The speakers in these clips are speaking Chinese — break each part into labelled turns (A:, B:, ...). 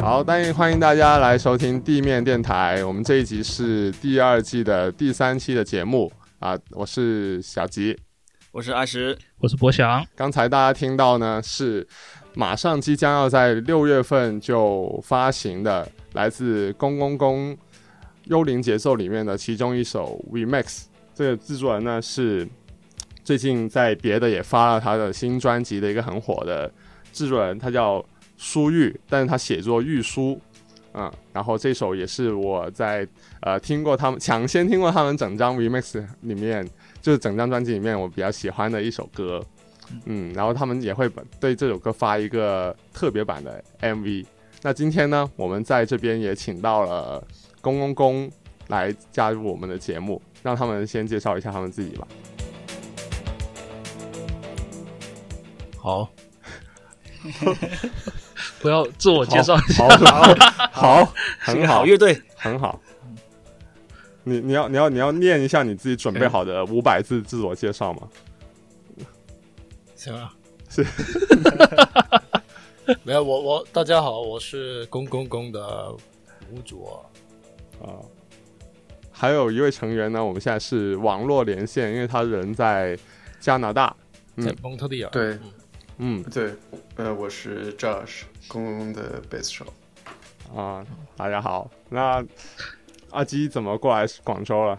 A: 好，欢迎欢迎大家来收听地面电台。我们这一集是第二季的第三期的节目啊，我是小吉。
B: 我是阿石，
C: 我是博翔，
A: 刚才大家听到呢，是马上即将要在六月份就发行的来自《公公公幽灵节奏》里面的其中一首 remix。这个制作人呢是最近在别的也发了他的新专辑的一个很火的制作人，他叫苏玉，但是他写作玉书。嗯，然后这首也是我在呃听过他们抢先听过他们整张 remix 里面就是整张专辑里面我比较喜欢的一首歌，嗯，然后他们也会把对这首歌发一个特别版的 MV。那今天呢，我们在这边也请到了公公公来加入我们的节目，让他们先介绍一下他们自己吧。
C: 好，不要自我介绍一下，
A: 好，好，好
B: 是个
A: 很
B: 好
A: 好，
B: 乐队。
A: 很好。你你要你要你要念一下你自己准备好的五百字自我介绍吗？
D: 行啊，
A: 是，
D: 没有我我大家好，我是公公公的吴卓，
A: 啊、还有一位成员呢，我们现在是网络连线，因为他人在加拿大。
D: 在
A: 嗯
D: 蒙特利尔。
E: 对
A: 嗯
E: 对，呃，我是 Josh，公公的贝斯手。
A: 啊、大家好。那阿基怎么过来广州了？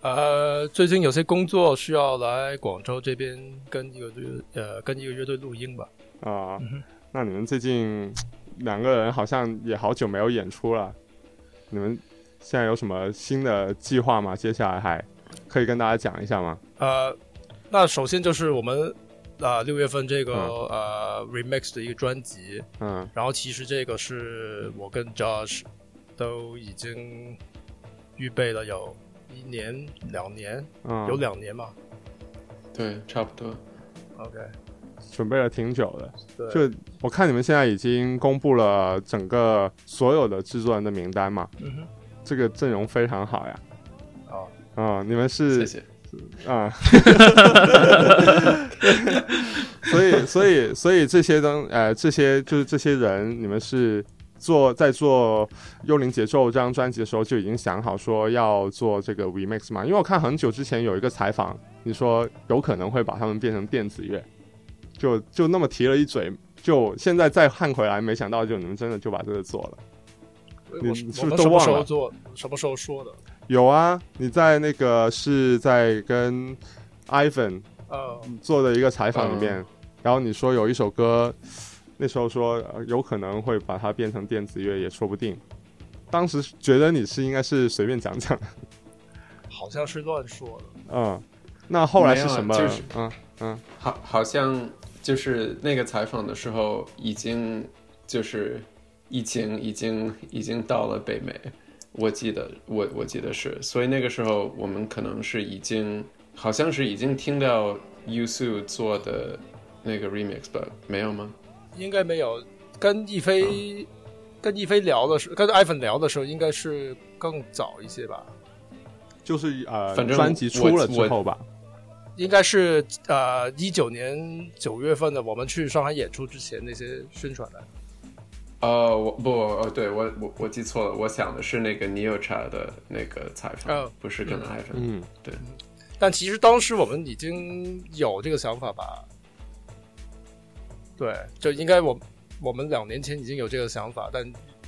D: 呃，最近有些工作需要来广州这边跟一个乐呃跟一个乐队录音吧。
A: 啊、
D: 嗯
A: 那你们最近两个人好像也好久没有演出了，你们现在有什么新的计划吗？接下来还可以跟大家讲一下吗？
D: 呃，那首先就是我们啊六、月份这个、
A: 嗯
D: 呃 remix 的一个专辑，
A: 嗯
D: 然后其实这个是我跟 Josh 都已经预备了有一年两年，
A: 嗯，
D: 有两年嘛。
E: 对，差不多。
D: OK，
A: 准备了挺久的。
D: 对，
A: 就我看你们现在已经公布了整个所有的制作人的名单嘛，
D: 嗯哼，
A: 这个阵容非常好呀。
D: 哦。
A: 啊、你们是
E: 谢谢。
A: 啊，所以所以所以这些东呃这些就是这些人，你们是做在做《幽灵节奏》这张专辑的时候就已经想好说要做这个 remix 嘛？因为我看很久之前有一个采访，你说有可能会把他们变成电子乐，就就那么提了一嘴，就现在再看回来，没想到就你们真的就把这个做了。
D: 我
A: 你
D: 我
A: 你是不是
D: 我们
A: 都
D: 什么
A: 忘
D: 时
A: 了
D: 候做？什么时候说的？
A: 有啊，你在那个是在跟 Ivan
D: 呃，
A: 做的一个采访里面，然后你说有一首歌，那时候说、呃有可能会把它变成电子乐，也说不定。当时觉得你是应该是随便讲讲，
D: 好像是乱说的。
A: 嗯，那后来
E: 没有
A: 是
E: 啊
A: 什么？
E: 就是
A: 嗯嗯
E: 好，好像就是那个采访的时候，已经就是疫情已经已经到了北美，我记得我我记得是，所以那个时候我们可能是已经好像是已经听到 Yusu 做的那个 remix 吧？没有吗？
D: 应该没有。跟一
A: 啊
D: 飞、跟一飞聊的时候，跟艾粉聊的时候，应该是更早一些吧？
A: 就是呃，
E: 反正
A: 专辑出了之
E: 我
A: 后吧，
D: 应该是呃一九年九月份的，我们去上海演出之前那些宣传的。
E: 哦，我不，哦，对我我我记错了，我想的是那个 Neocha 的那个采访，
D: 哦
E: 不是跟 Ivan。
A: 嗯，
D: 但其实当时我们已经有这个想法吧？对，就应该我我们两年前已经有这个想法，但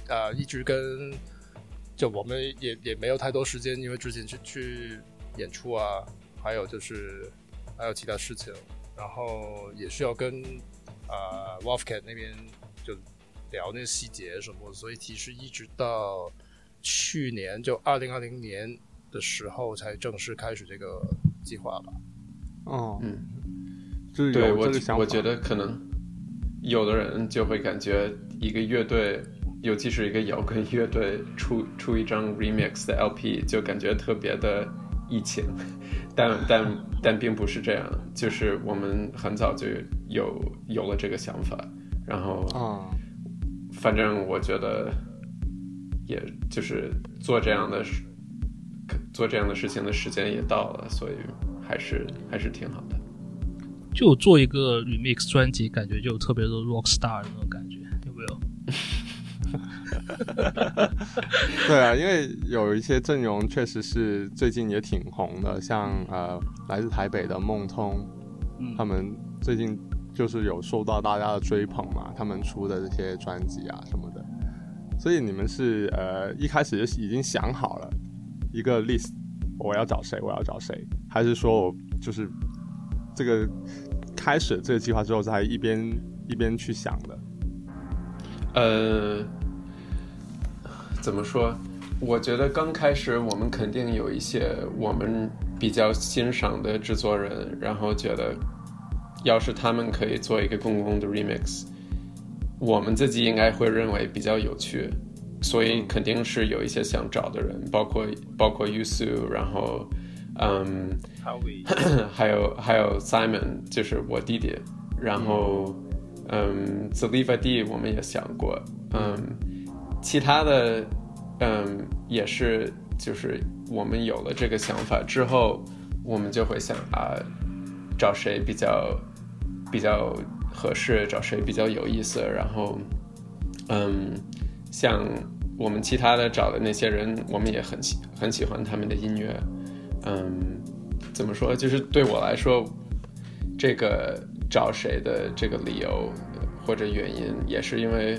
D: 呃一直跟就我们也也没有太多时间，因为之前去去演出啊，还有就是还有其他事情，然后也是要跟呃 Wolfcat 那边就聊那个细节什么，所以其实一直到去年就二零二零年的时候才正式开始这个计划吧。
A: 哦，
E: 嗯，
A: 就是
E: 对
A: 有
E: 我
A: 这个想法，
E: 我觉得可能有的人就会感觉一个乐队，尤其是一个摇滚乐队出出一张 remix 的 LP，就感觉特别的疫情， 但但但并不是这样，就是我们很早就有有了这个想法，然后
A: 啊、
E: 反正我觉得，也就是做这样的事，做这样的事情的时间也到了，所以还是还是挺好的。
C: 就做一个 remix 专辑，感觉就特别的 rock star 那种感觉，有没有？
A: 对啊，因为有一些阵容确实是最近也挺红的，像呃来自台北的梦通，
C: 嗯
A: 他们最近就是有受到大家的追捧嘛，他们出的这些专辑啊什么的，所以你们是呃一开始就已经想好了一个 list，我要找谁，我要找谁，还是说我就是这个开始这个计划之后才一边一边去想的？
E: 呃，怎么说？我觉得刚开始我们肯定有一些我们比较欣赏的制作人，然后觉得要是他们可以做一个公共的 remix，我们自己应该会认为比较有趣，所以肯定是有一些想找的人，包括包括 Yusu，然后嗯，
D: 哈维
E: 还有还有 Simon，就是我弟弟，然后嗯 z e l i v a D 我们也想过，嗯，其他的嗯也是就是我们有了这个想法之后，我们就会想啊，找谁比较比较合适，找谁比较有意思，然后嗯，像我们其他的找的那些人，我们也很喜很喜欢他们的音乐，嗯，怎么说？就是对我来说，这个找谁的这个理由或者原因，也是因为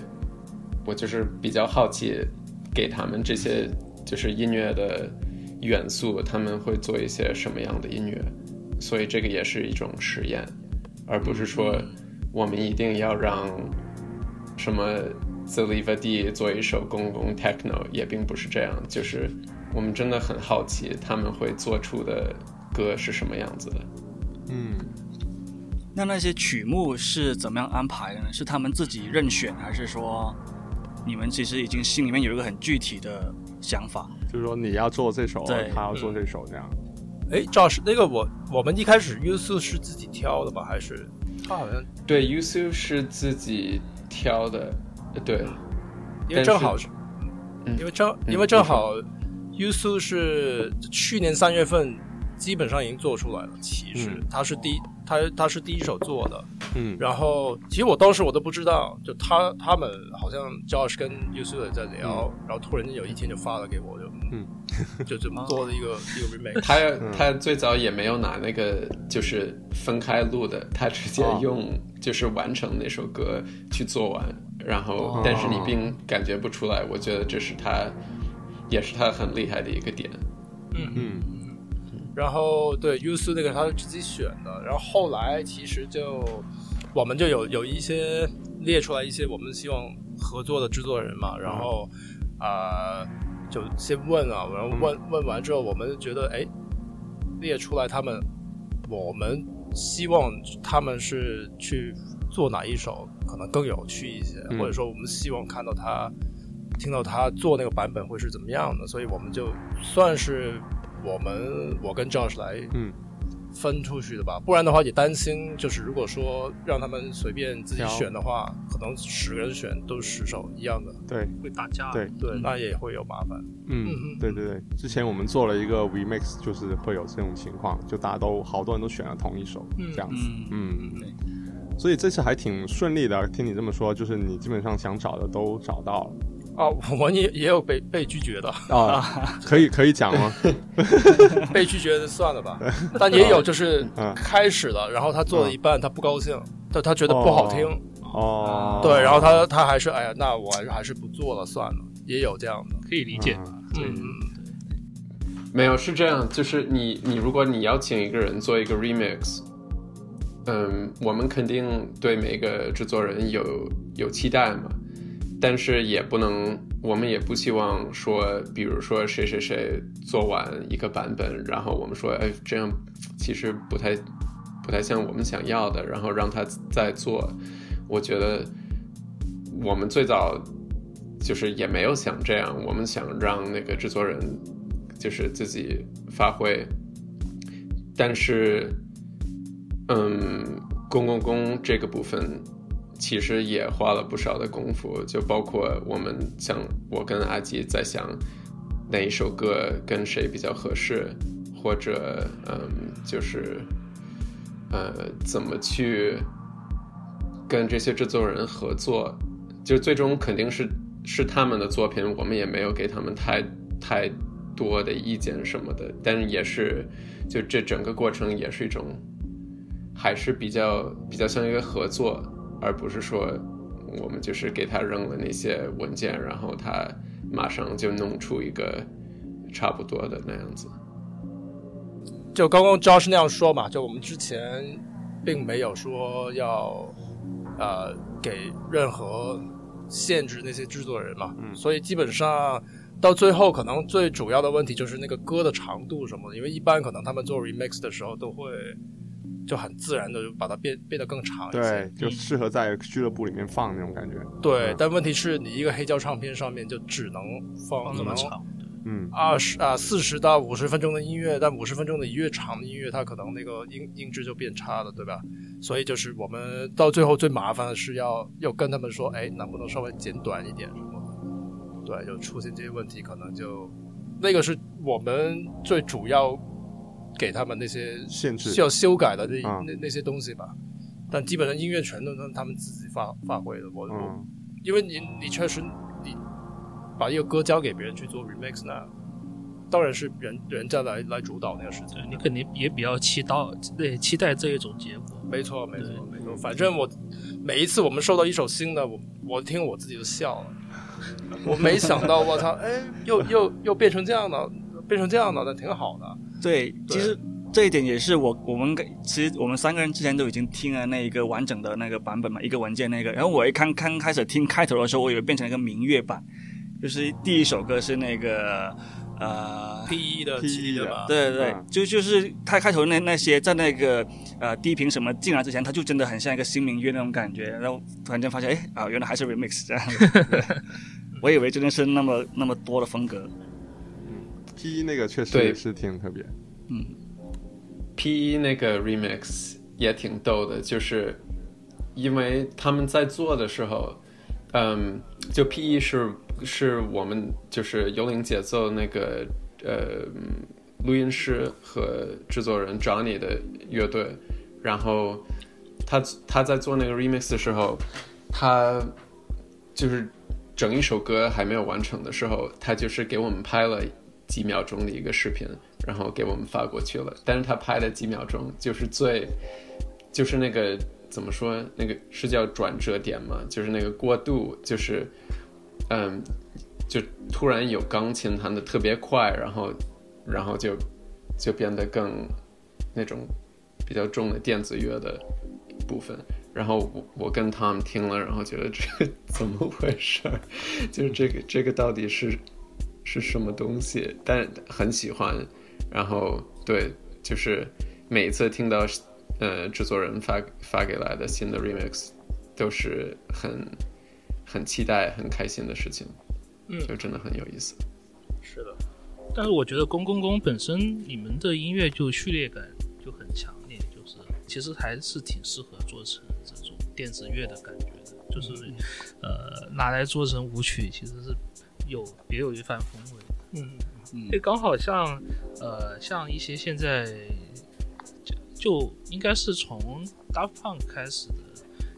E: 我就是比较好奇，给他们这些就是音乐的元素，他们会做一些什么样的音乐，所以这个也是一种实验，而不是说我们一定要让什么 z e l i v a D 做一首公共 techno，也并不是这样，就是我们真的很好奇他们会做出的歌是什么样子的。
A: 嗯，
B: 那那些曲目是怎么样安排的呢？是他们自己任选，还是说你们其实已经心里面有一个很具体的想法？
A: 就是说你要做这首
B: 对，
A: 他要做这首这样。
D: 哎，赵师，那个我我们一开始约素是自己挑的吧？还是他好像
E: 对 y u s u 是自己挑的，呃对，
D: 因为正好
E: 但
D: 是，
E: 嗯
D: 因为正
E: 嗯
D: 因为正好 u s u 是去年三月份基本上已经做出来了，其实
A: 嗯
D: 他是第一他他是第一手做的，
A: 嗯
D: 然后其实我当时我都不知道，就他他们好像 Josh 跟 u s u 在聊，然后突然间有一天就发了给我，就
A: 嗯，
D: 就就做了一个一个 remake，
E: 他他最早也没有拿那个就是分开录的，他直接
A: 哦
E: 用就是完成那首歌去做完，然后
A: 哦
E: 但是你并感觉不出来，我觉得这是他也是他很厉害的一个点。
A: 嗯
D: 然后对 U 四那个他是自己选的，然后后来其实就我们就有有一些列出来一些我们希望合作的制作人嘛，然后啊、呃就先问啊，然后问问完之后，我们就觉得哎列出来他们我们希望他们是去做哪一首可能更有趣一些，
A: 嗯
D: 或者说我们希望看到他听到他做那个版本会是怎么样的，所以我们就算是我们我跟 Josh 来
A: 嗯
D: 分出去的吧，不然的话也担心，就是如果说让他们随便自己
A: 挑
D: 选的话，可能十个人选都是十首一样的，
A: 对，
C: 会打架。
A: 对
D: 对，
C: 嗯
D: 那也会有麻烦。
A: 嗯
D: 嗯，
A: 对对对，之前我们做了一个 remix，就是会有这种情况，就大家都好多人都选了同一首
D: 嗯
A: 这样子。
B: 嗯，
A: 嗯，
B: 对
A: 所以这次还挺顺利的。听你这么说，就是你基本上想找的都找到 了
D: 啊，我们也也有被被拒绝 的，
A: 啊，可以可以讲 吗？
D: 被拒绝的算 了吧，但也有就是
A: 嗯
D: 开始了，然后他做了一半，他不高兴，他他觉得不好听，
A: 哦，
D: 对，然后他他还是哎呀，那我还是还是不做了算了，也有这样的，
C: 可以理解。对
D: 嗯，
E: 没有，是这样，就是你你如果你邀请一个人做一个 remix，嗯，我们肯定对每个制作人有有期待嘛，但是也不能，我们也不希望说，比如说谁谁谁做完一个版本，然后我们说，哎，这样其实不太不太像我们想要的，然后让他再做，我觉得我们最早就是也没有想这样，我们想让那个制作人就是自己发挥，但是，嗯，公共工这个部分其实也花了不少的功夫，就包括我们想，我跟阿吉在想哪一首歌跟谁比较合适，或者嗯，就是呃，怎么去跟这些制作人合作，就最终肯定是是他们的作品，我们也没有给他们太太多的意见什么的，但也是就这整个过程也是一种，还是比较比较像一个合作，而不是说我们就是给他扔了那些文件，然后他马上就弄出一个差不多的那样子。
D: 就刚刚 Josh 那样说嘛，就我们之前并没有说要呃给任何限制那些制作人嘛，
A: 嗯
D: 所以基本上到最后可能最主要的问题就是那个歌的长度什么的，因为一般可能他们做 remix 的时候都会就很自然的就把它变变得更长一些。
A: 对，就适合在俱乐部里面放那种感觉。
D: 对
A: 嗯
D: 但问题是你一个黑胶唱片上面就只能放
C: 放
D: 可
C: 那么
D: 能
C: 长，
A: 嗯，
D: 二十啊四十到五十分钟的音乐，但五十分钟的越长的音乐，它可能那个音音质就变差了，对吧？所以就是我们到最后最麻烦的是要要跟他们说，哎，能不能稍微剪短一点什么的？对，就出现这些问题，可能就那个是我们最主要给他们那些
A: 限制
D: 需要修改的那、
A: 嗯
D: 那那些东西吧。但基本上音乐全都是他们自己发发挥的，我、我
A: 嗯，
D: 因为你你确实你把一个歌交给别人去做 remix，那当然是人人家来来主导那个事情
C: 对。你肯定也比较期待，对，期待这一种结果。
D: 没错，没错，没错。反正我每一次我们收到一首新的，我我听我自己就笑了。 我没想到，我操，哎，又又又变成这样的，变成这样的，那挺好的。
B: 对，
D: 对
B: 其实这一点也是我我们其实我们三个人之前都已经听了那一个完整的那个版本嘛，一个文件那个。然后我一刚刚开始听开头的时候，我以为变成一个民乐版，就是第一首歌是那个呃。
D: P E 的
A: PE 的
C: 啊
D: 吧，
B: 对对对，
A: 嗯
B: 就就是他开头那那些在那个呃低频什么进来之前，他就真的很像一个新民乐那种感觉，然后突然间发现，哎啊，原来还是 remix 这样的，对我以为真的是那么那么多的风格，
A: P 一那个确实
E: 对
A: 也是挺特别。
B: 嗯，
E: P.E. E 那个 remix 也挺逗的，就是因为他们在做的时候，嗯，就 P.E. 是是我们就是幽灵节奏那个呃嗯录音师和制作人 Johnny 的乐队，然后他他在做那个 remix 的时候，他就是整一首歌还没有完成的时候，他就是给我们拍了几秒钟的一个视频，然后给我们发过去了。但是他拍的几秒钟就是最，就是那个怎么说，那个是叫转折点嘛，就是那个过渡，就是嗯，就突然有钢琴弹的特别快，然后然后就就变得更那种比较重的电子乐的部分。然后我我跟 Tom 听了，然后觉得这个怎么回事儿？就是这个这个到底是是什么东西？但很喜欢。然后对，就是每一次听到呃制作人发发给来的新的 remix，都是很很期待、很开心的事情。
D: 嗯
E: 就真的很有意思。
D: 是的，
C: 但是我觉得公公公本身你们的音乐就序列感就很强烈，就是其实还是挺适合做成这种电子乐的感觉的，就是呃拿来做成舞曲其实是有别有一番风味。
D: 嗯，
C: 对，刚好像呃，像一些现在就就应该是从 Daft Punk 开始的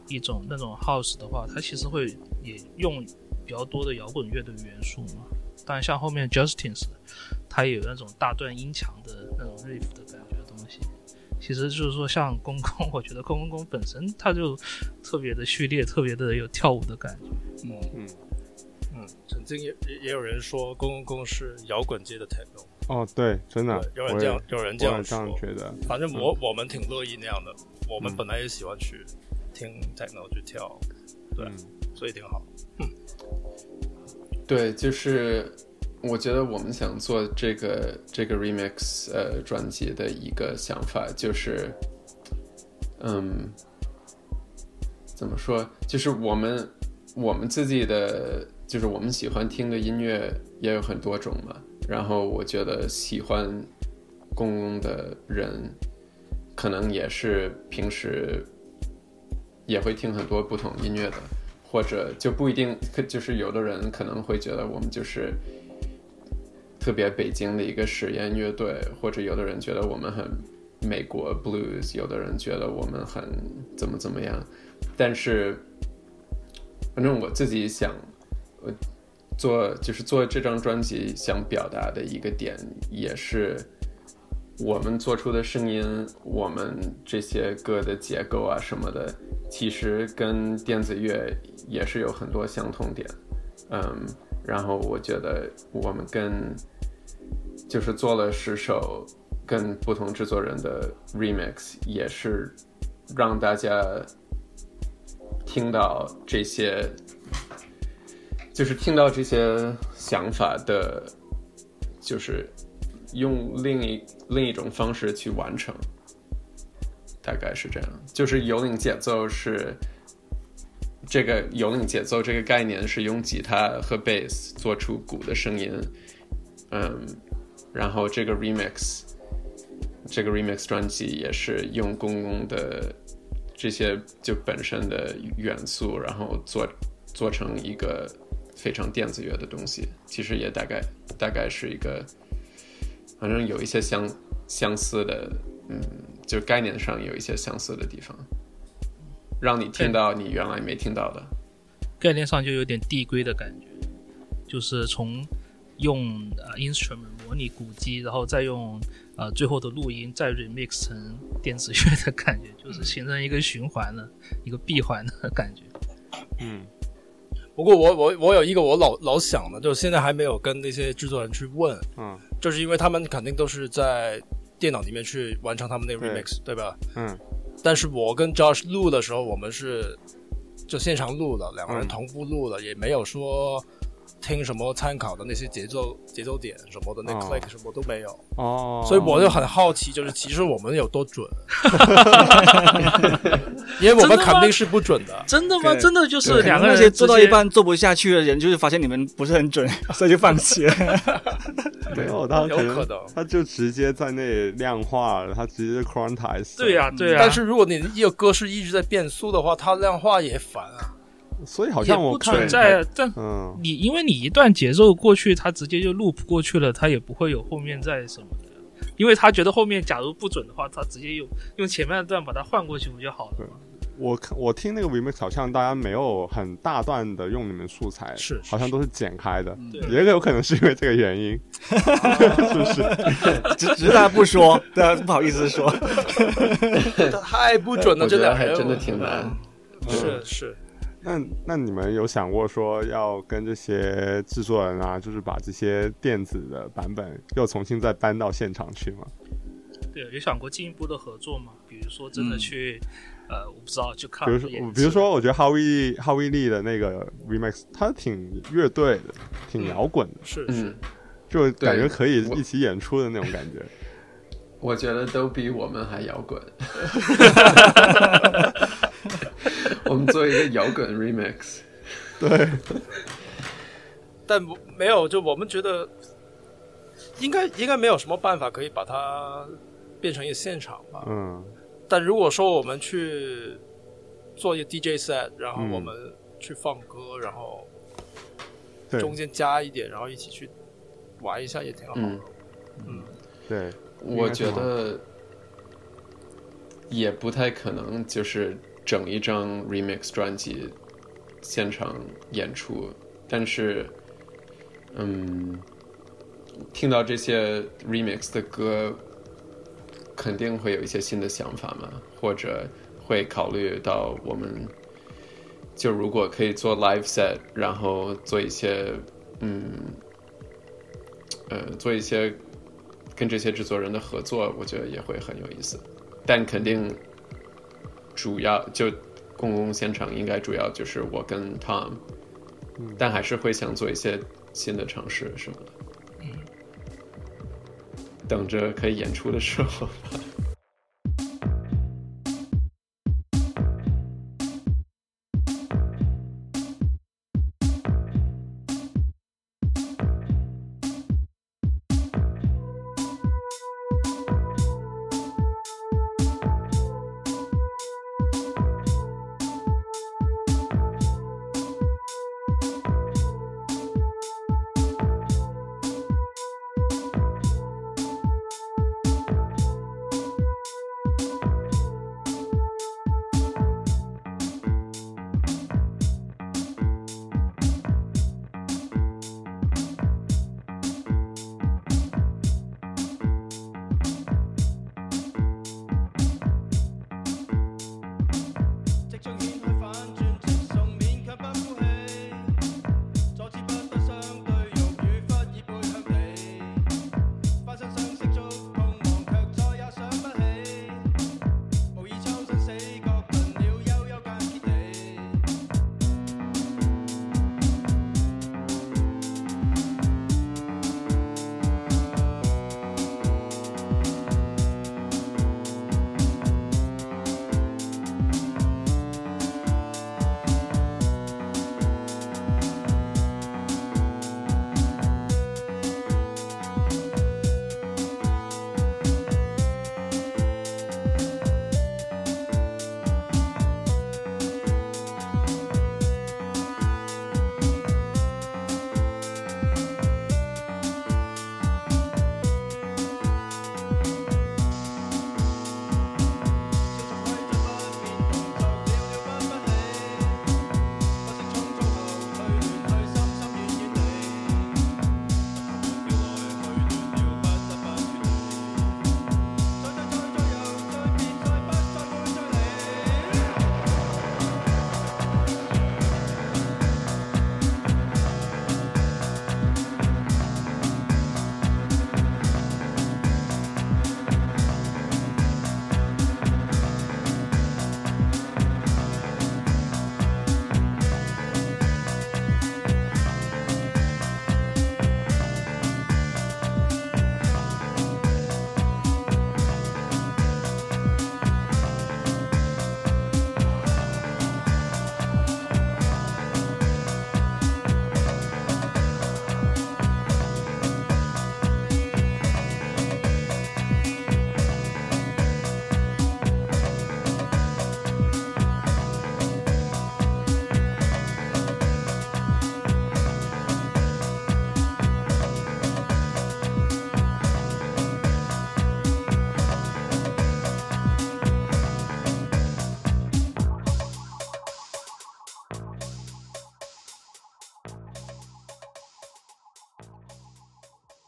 C: 一种那种 House 的话，它其实会也用比较多的摇滚乐的元素嘛。当然，像后面 Justins，它也有那种大段音墙的那种 riff 的感觉的东西。其实就是说，像公公，我觉得公公公本身它就特别的序列，特别的有跳舞的感觉。
B: 嗯
A: 嗯，
D: 嗯，曾经也也也有人说公公公是摇滚界的 techno，
A: 哦，对，真的
D: 对，有人
A: 我
D: 这
A: 也
D: 样，有人这
A: 我也
D: 样
A: 这
D: 说
A: 样。觉得。
D: 反正我我们挺乐意那样的，我们
A: 嗯
D: 本来也喜欢去听 techno 去跳，对啊
A: 嗯
D: 所以挺好。
E: 对，就是我觉得我们想做这个这个 remix 呃专辑的一个想法就是，嗯，怎么说？就是我们我们自己的，就是我们喜欢听的音乐也有很多种嘛。然后我觉得喜欢公公的人，可能也是平时也会听很多不同音乐的。或者就不一定，可就是有的人可能会觉得我们就是特别北京的一个实验乐队，或者有的人觉得我们很美国 blues，有的人觉得我们很怎么怎么样，但是反正我自己想，我呃做就是做这张专辑想表达的一个点，也是我们做出的声音，我们这些歌的结构啊什么的，其实跟电子乐也是有很多相同点。嗯，然后我觉得我们跟就是做了十首跟不同制作人的 remix，也是让大家听到这些，就是听到这些想法的，就是用另一另一种方式去完成，大概是这样。就是有领节奏是。这个有领节奏这个概念是用吉他和贝斯做出鼓的声音，嗯，然后这个 remix，这个 remix 专辑也是用公共的这些就本身的元素，然后做做成一个非常电子乐的东西。其实也大概大概是一个，反正有一些相相似的，嗯，就概念上有一些相似的地方。让你听到你原来没听到的，
C: 概念上就有点递归的感觉，就是从用呃 instrument 模拟鼓机，然后再用呃最后的录音再 remix 成电子乐的感觉，就是形成一个循环的一个闭环的感觉。
A: 嗯，
D: 不过我我我有一个我老老想的，就是现在还没有跟那些制作人去问，
A: 嗯，
D: 就是因为他们肯定都是在电脑里面去完成他们那个
A: 对
D: remix，对吧？
A: 嗯，
D: 但是我跟 Josh 录的时候，我们是就现场录了，两个人
A: 嗯
D: 同步录了，也没有说听什么参考的那些节奏节奏点什么的，那
A: 哦
D: click 什么都没有，
A: 哦，
D: 所以我就很好奇，就是其实我们有多 准，因为我们肯定是不准的。
C: 真的吗？
B: 对
C: 真的就是两个
B: 那
C: 人
B: 些做到
C: 直接
B: 一，半做不下去的人，就是发现你们不是很准， 所以就放弃了。
A: 没有他
D: 有
A: 能
D: 可能
A: 他就直接在那量化了，他直接 quantize。
C: 对呀、对呀、
D: 但是如果你一个歌是一直在变速的话，它量化也烦啊。
A: 所以好
C: 也
A: 像我
C: 不
A: 看
C: 存在，但
A: 嗯，
C: 你因为你一段节奏过去，他直接就 loop 过去了，他也不会有后面再什么的，因为他觉得后面假如不准的话，他直接用用前面的段把它换过去不就好了吗？
A: 我看我听那个 remix 好像大家没有很大段的用你们素材，
D: 是是
A: 好像都是剪开的，
C: 对，
A: 也有可能是因为这个原因，是不是？
B: 只只是他不说， 对啊，不好意思说。
D: 太不准了，
E: 我觉
D: 这
E: 得
D: 两
E: 还
D: 人
E: 真的挺难。
D: 是是，
A: 那嗯那你们有想过说要跟这些制作人啊，就是把这些电子的版本又重新再搬到现场去吗？
C: 对，有想过进一步的合作吗？比如说真的
B: 嗯
C: 去，呃，我不知道，去看
A: 比如
C: 个演
A: 说，
C: 出
A: 比如说，我觉得哈维哈维利的那个 remix，它挺乐队的，挺摇滚的，
D: 是是，
E: 嗯，
A: 就感觉
E: 对
A: 可以
E: 我
A: 一起演出的那种感觉。
E: 我觉得都比我们还摇滚。 我们做一个摇滚 remix，
D: 但我没有，就我们觉得应该应该没有什么办法可以把它变成一个现场吧。
A: 嗯
D: 但如果说我们去做一个 DJ set，然后
A: 嗯
D: 我们去放歌，然后，
A: 对
D: 中间加一点，然后一起去玩一下也挺好。
E: 嗯，
A: 对，
E: 我觉得也不太可能，就是整一张 remix 专辑现场演出，但是，嗯，听到这些 remix 的歌，肯定会有一些新的想法嘛，或者会考虑到我们。就如果可以做 live set，然后做一些，嗯，呃，做一些跟这些制作人的合作，我觉得也会很有意思。但肯定主要就公共现场应该主要就是我跟 Tom，、但还是会想做一些新的尝试什么的。等着可以演出的时候，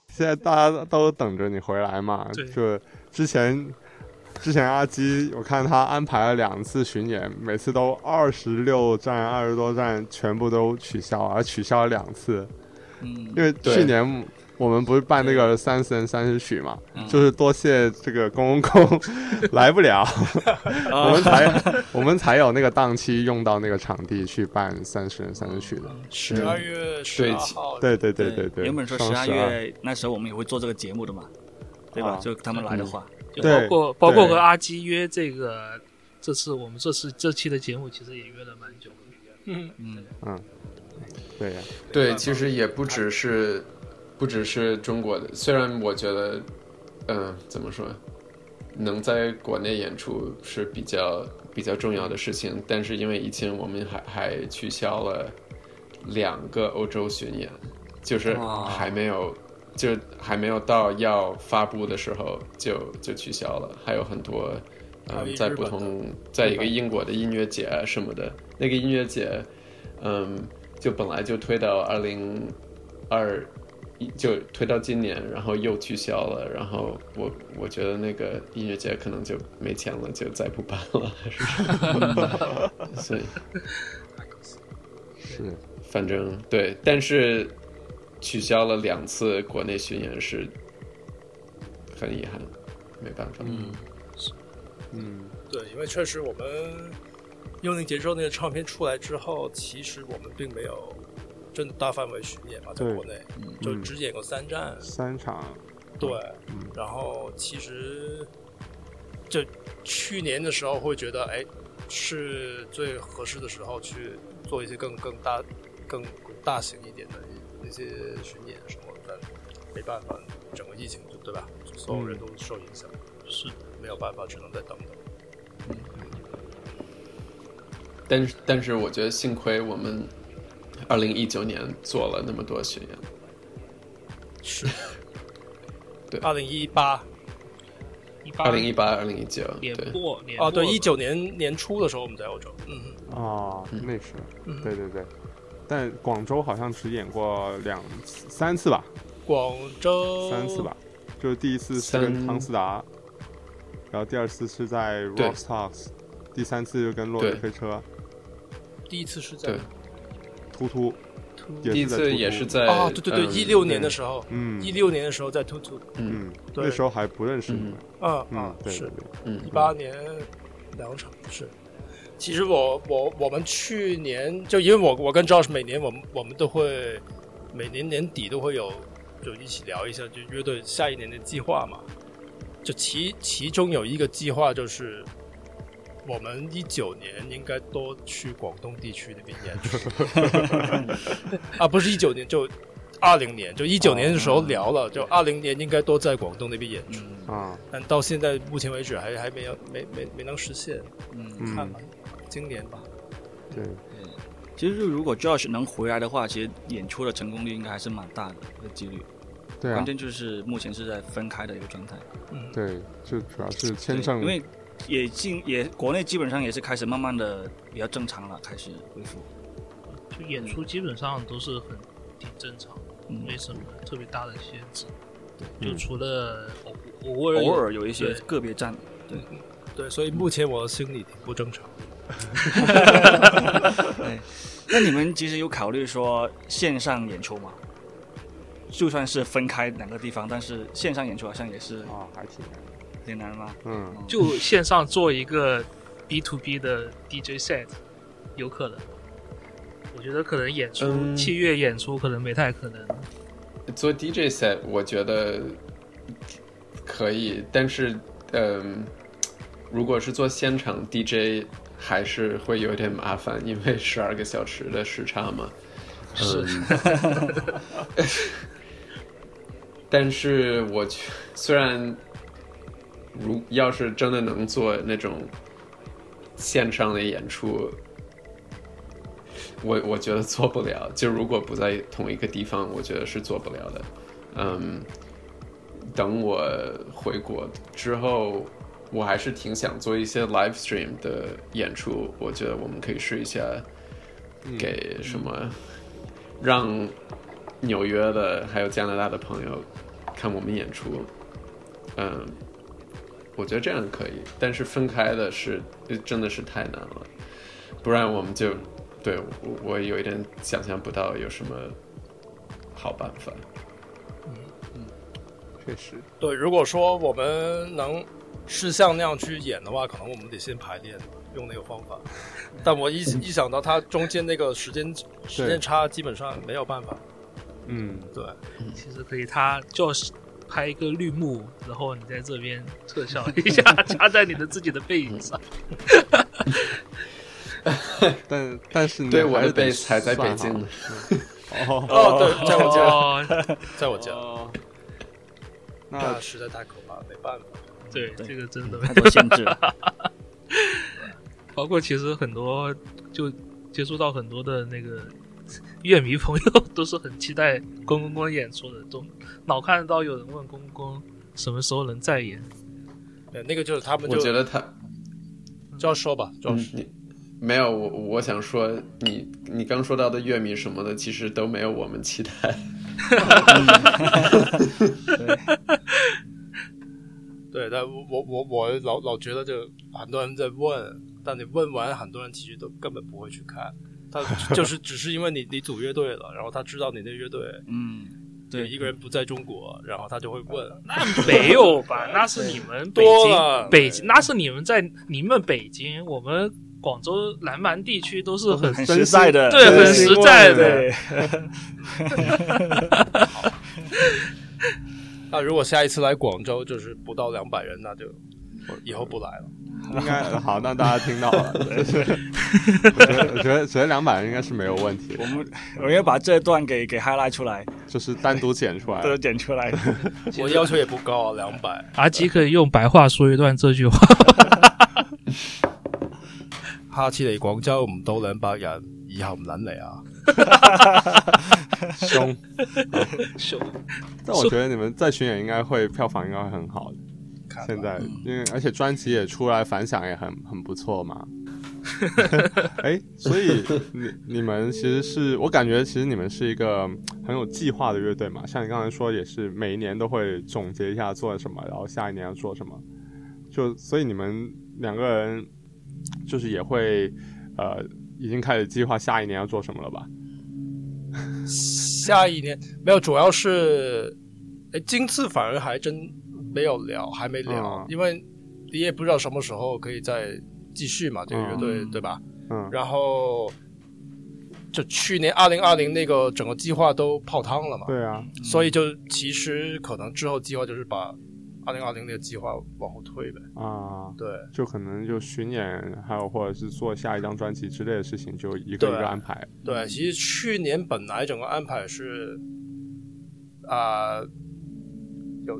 A: 现在大家都等着你回来嘛。
C: 对
A: 就之前之前阿基，我看他安排了两次巡演，每次都二十六站、二十多站，全部都取消，而取消了两次。
B: 嗯
A: 因为
E: 对
A: 去年我们不是办那个三十人三十曲嘛，
B: 嗯
A: 就是多谢这个公公来不了，我
B: 啊
A: 们才我们才有那个档期用到那个场地去办三十人三十曲的。
E: 是
D: 十二月十二号，
A: 对对对对对，
B: 原本说
A: 双
B: 十二
A: 12
B: 月那时候我们也会做这个节目的嘛，对吧？
A: 啊
B: 就他们来的话，
C: 就
A: 对
C: 包括包括
A: 对
C: 和阿基约这个，这次我们这次这期的节目其实也约了蛮久的。
D: 嗯，
B: 嗯，
A: 对呀
D: 没
E: 对，
D: 办法
E: 其实也不只是不只是中国的，虽然我觉得，嗯、怎么说，能在国内演出是比较比较重要的事情，但是因为疫情，我们还还取消了两个欧洲巡演，就是
D: 哦
B: 哇
E: 还没有。就还没有到要发布的时候就就取消了，还有很多，
D: 还有
E: 嗯，
D: 一
E: 在
D: 日
E: 不
D: 本的
E: 同，在一个英国的音乐节啊什么的，那个音乐节，嗯，就本来就推到二零二，就推到今年，然后又取消了。然后我我觉得那个音乐节可能就没钱了，就再不办了，还是什么 所以
A: 是
E: 反正对，但是取消了两次国内巡演是很遗憾，没办法。嗯，
A: 嗯，
D: 对，因为确实我们幽灵节奏那个唱片出来之后，其实我们并没有真的大范围巡演嘛，在
A: 对嗯
D: 国内就只演过三站，
A: 三场
D: 对
A: 嗯，
D: 然后其实就去年的时候会觉得，哎，是最合适的时候去做一些更更大、更大型一点的一些巡演什么的，但没办法，整个疫情对吧？所有人都受影响，
C: 是
D: 没有办法，只能再等等。
E: 但是但是我觉得幸亏我们二零一九年做了那么多巡演。
D: 是
E: 对
D: 二零一八
C: 一
E: 二
C: 八
E: 零一八、二零一九，
C: 年
E: 对，
C: 末年
D: 哦，
C: 末
D: 对，
C: 吧
D: 一九年年初的时候我们在欧洲，嗯，
A: 哦，
E: 嗯
A: 那是
D: 嗯
A: 对对对，但广州好像只演过两次三次吧，
D: 广州
A: 三次吧，就是第一次是
E: 三
A: 跟汤斯达，然后第二次是在 r
E: 对
A: o c k House，第三次就跟落日
E: 对
A: 飞车、
D: 第一次是在
E: 对
A: 突突，也
E: 第一
A: 是在突
E: 次
A: 突
E: 也是在
D: 哦，对对对，
E: 嗯
D: 一六年的时候，
A: 嗯
D: 一六年的时候在 t u t u
A: 嗯，
D: 对
A: 那时候还不认识你们，
D: 嗯
A: 嗯
D: 嗯，，
A: 对对
D: 是
A: 对，
E: 嗯
D: 一八年两场是。其实我我我们去年就因为我我跟赵是每年我们我们都会每年年底都会有就一起聊一下就乐队下一年的计划嘛，就其其中有一个计划就是我们一九年应该多去广东地区那边演出啊，不是一九年就二零年，就一九年的时候聊了，就二零年应该多在广东那边演出。
B: 嗯
A: 啊，
D: 但到现在目前为止还还没有没没没能实现，
B: 嗯，
A: 嗯
D: 看吧，今年吧。
A: 对，
B: 其实如果 Josh 能回来的话，其实演出的成功率应该还是蛮大的，这个几率。
A: 对啊
B: 关，键就是目前是在分开的一个状态，
D: 嗯，
A: 对，就主要是
B: 对
A: 签证
B: 因，为也进也国内基本上也是开始慢慢的比较正常了，开始恢复。
C: 就演出基本上都是很挺正常，
B: 嗯，
C: 没什么特别大的限制。
A: 嗯
C: 就除了偶偶尔有
B: 偶尔有一些
C: 对
B: 个别站，
D: 对，所以目前我的心里挺不正常。
B: 那你们其实有考虑说线上演出吗？就算是分开两个地方，但是线上演出好像也是
A: 啊，还挺，
B: 有点难吗？
A: 嗯，
C: 就线上做一个 B to B 的 DJ set，有可能。我觉得可能演出、
E: 嗯
C: 器乐演出可能没太可能。
E: 做 DJ set，我觉得可以，但是嗯，如果是做现场 DJ，还是会有点麻烦，因为十二个小时的时差嘛。嗯
C: 是
E: 但是我觉虽然如要是真的能做那种线上的演出，我我觉得做不了。就如果不在同一个地方，我觉得是做不了的。嗯，等我回国之后，我还是挺想做一些 live stream 的演出。我觉得我们可以试一下，给什么、让纽约的还有加拿大的朋友看我们演出，嗯，我觉得这样可以，但是分开的是呃真的是太难了，不然我们就对我我有一点想象不到有什么好办法。
A: 确实，
D: 对，如果说我们能是像那样去演的话，可能我们得先排练，用那个方法。但 我一一想到它中间那个时间时间差，基本上没有办法。
A: 嗯，
D: 对，
C: 其实可以，他就是拍一个绿幕，然后你在这边特效一下 加在你的自己的背影上。
A: 但但是你
E: 对我的
A: 还是得
E: base 还在北
A: 算好
E: 京呢，
A: 哦，
D: 哦，对，在 我家，
C: 哦，
D: 在我家，
A: 哦那
D: 那实在太可怕，没办法。
C: 对，
B: 对
C: 这个真的没
B: 太多限制了。
C: 包括其实很多就接触到很多的那个乐迷朋友 都是很期待公公公演出的，都老看到有人问公公什么时候能再演。
D: 对，呃那个就是他们
E: 我
D: 就
E: 觉得他
D: 就要说吧，就要
E: 嗯，你没有我，我想说你你刚说到的乐迷什么的，其实都没有我们期待。
D: 对，但我我我我老老觉得就很多人在问，但你问完，很多人其实都根本不会去看，他就是只是因为你你组乐队了，然后他知道你那乐队
B: 嗯，
D: 有
B: 对，
D: 一个人不在中国，然后他就会问，
C: 那没有吧？那是你们北
D: 多
C: 京，
D: 了
C: 北京那是你们在你们北京，我们广州南蛮地区都是很
B: 很
A: 真
B: 实
A: 心
B: 在的，
C: 对
A: 真
C: 很
A: 心
C: 实
A: 话
C: 在
A: 的
C: 的。
B: 对，
D: 那如果下一次来广州就是不到两百人，那就以后不来了。
A: 应该好，那大家听到了，对我觉得我觉得觉得两百人应该是没有问题的
B: 我，们我要把这段给给 highlight 出来，
A: 就是单独剪出来
B: 都剪出 来。
D: 我要求也不高啊，两百。
C: 阿基可以用白话说一段这句话。
D: 下次嚟廣州唔到兩百人，以後唔撚嚟啊！
A: 凶。
C: 秀
A: 但我觉得你们在巡演应该会票房应该会很好的。现在，
D: 嗯
A: 因为而且专辑也出来，反响也很很不错 嘛。哎，所以你你们其实是我感觉，其实你们是一个很有计划的乐队嘛。像你刚才说，也是每一年都会总结一下做什么，然后下一年要做什么。就所以你们两个人就是也会呃，已经开始计划下一年要做什么了吧？
D: 下一年没有，主要是，哎，今次反而还真没有聊，还没聊，
A: 嗯
D: 因为你也不知道什么时候可以再继续嘛，这个乐队、
B: 嗯
D: 对吧？
A: 嗯，
D: 然后，就去年二零二零那个整个计划都泡汤了嘛，
A: 对啊，
D: 所以就其实可能之后计划就是把二零二零那个计划往后推呗，
A: 啊。
D: 对。
A: 就可能就巡演，还有或者是做下一张专辑之类的事情，就一个一
D: 对
A: 个安排。
D: 对，其实去年本来整个安排是，啊、有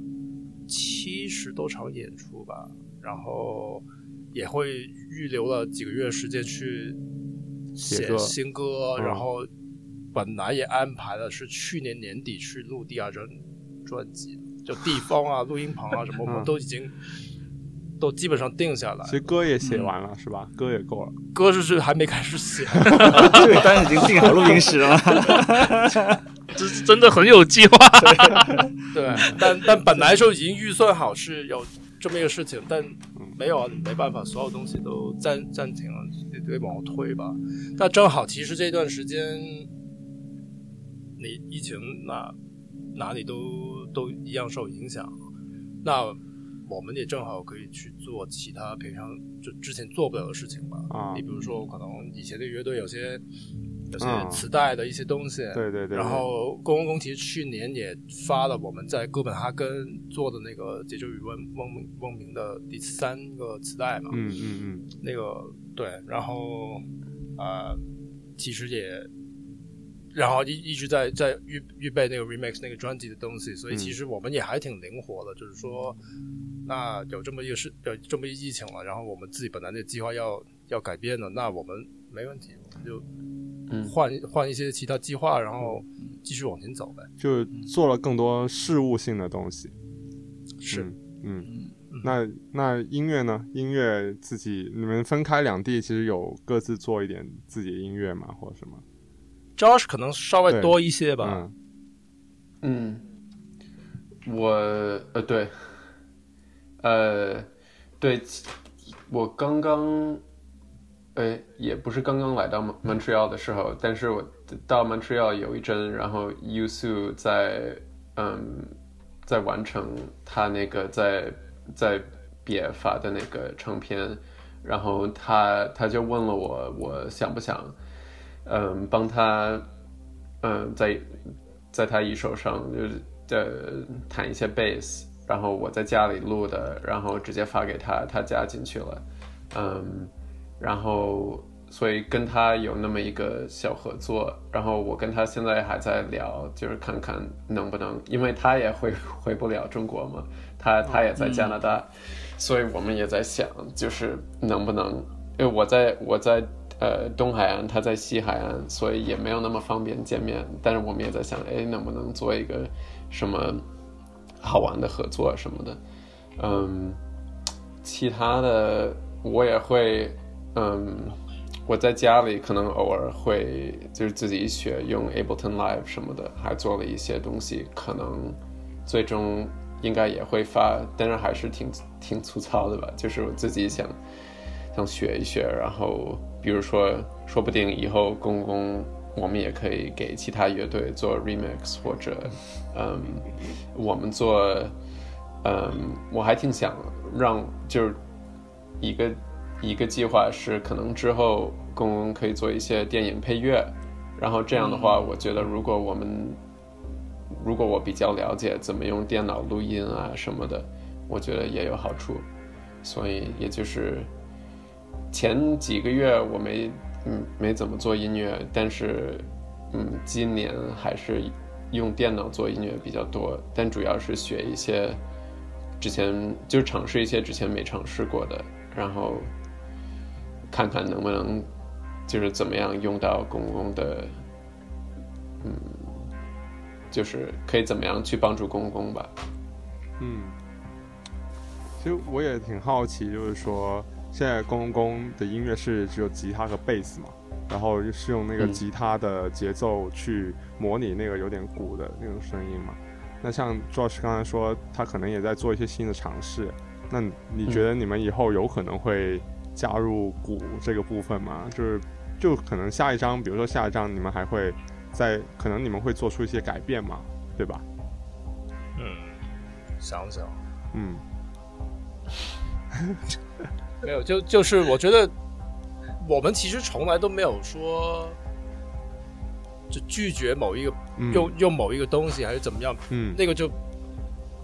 D: 七十多场演出吧，然后也会预留了几个月时间去
A: 写
D: 写
A: 作
D: 新歌，
A: 嗯
D: 然后本来也安排了是去年年底去录第二张专辑，就地方 啊、录音棚啊什么，
A: 嗯
D: 我们都已经都基本上定下来
A: 其。实歌也
D: 嗯
A: 写完了，是吧？歌也够了。
D: 歌就是还没开始写，
B: 对，当然已经定好录音室了嘛。
C: 这是真的很有计划。
D: 对，但但本来就已经预算好是有这么一个事情，但
A: 嗯
D: 没有啊，没办法，所有东西都暂暂停了，得得往后推吧。那正好，其实这段时间，你疫情那哪里都都一样受影响，那我们也正好可以去做其他平常就之前做不了的事情吧。
A: 啊
D: 你比如说，可能以前的乐队有些有些
A: 嗯
D: 磁带的一些东西，
A: 对对对。
D: 然后公共工其实去年也发了我们在哥本哈根做的那个《解救与文翁明翁明》的第三个磁带嘛，
A: 嗯嗯
D: 那个对，然后啊、呃其实也，然后一一直在在预预备那个 remix 那个专辑的东西，所以
A: 嗯
D: 其实我们也还挺灵活的，就是说，那有这么一个事，有这么一疫情了，然后我们自己本来那计划要要改变的，那我们没问题，我们就
E: 嗯
D: 换换一些其他计划，然后继续往前走呗。
A: 嗯，就做了更多事务性的东西。
D: 是
A: 嗯。嗯那那音乐呢？音乐自己你们分开两地，其实有各自做一点自己的音乐嘛，或者什么？嗯
D: ，Josh 可能稍微
A: 对
D: 多一些吧。
A: 嗯，
E: 嗯，我呃对，呃对，其我刚刚，呃也不是刚刚来到 Mon- Montreal 的时候，但是我到 Montreal 有一阵，然后 Yusu 在嗯在完成他那个在在别发的那个唱片，然后他他就问了我我想不想嗯帮他嗯在在他一手上就是呃弹一些 bass，然后我在家里录的，然后直接发给他，他加进去了，嗯，然后所以跟他有那么一个小合作，然后我跟他现在还在聊，就是看看能不能，因为他也回回不了中国嘛，他他也在加拿大，所以我们也在想，就是能不能，因为我在我在。呃，东海岸，他在西海岸，所以也没有那么方便见面。但是我们也在想，哎，能不能做一个什么好玩的合作啊什么的。嗯，其他的我也会，嗯，我在家里可能偶尔会就是自己学用 Ableton Live 什么的，还做了一些东西，可能最终应该也会发，但是还是挺挺粗糙的吧，就是我自己想想学一学，然后比如说，说不定以后公公我们也可以给其他乐队做 remix，或者，嗯，我们做，嗯，我还挺想让就是一个一个计划是，可能之后公公可以做一些电影配乐，然后这样的话，我觉得如果我们如果我比较了解怎么用电脑录音啊什么的，我觉得也有好处，所以也就是。前几个月我没嗯没怎么做音乐，但是嗯今年还是用电脑做音乐比较多，但主要是学一些之前就尝试一些之前没尝试过的，然后看看能不能就是怎么样用到公公的嗯就是可以怎么样去帮助公公吧。
A: 嗯，其实我也挺好奇，就是说现在公公的音乐是只有吉他和贝斯嘛，然后是用那个
E: 嗯
A: 吉他的节奏去模拟那个有点鼓的那种声音嘛。那像 Josh 刚才说，他可能也在做一些新的尝试。那你你觉得你们以后有可能会加入鼓这个部分吗？就是就可能下一章，比如说下一章你们还会在，可能你们会做出一些改变嘛，对吧？
D: 嗯，想想
A: 嗯
D: 没有，就就是我觉得我们其实从来都没有说就拒绝某一个
A: 嗯，
D: 用用某一个东西还是怎么样，
A: 嗯
D: 那个就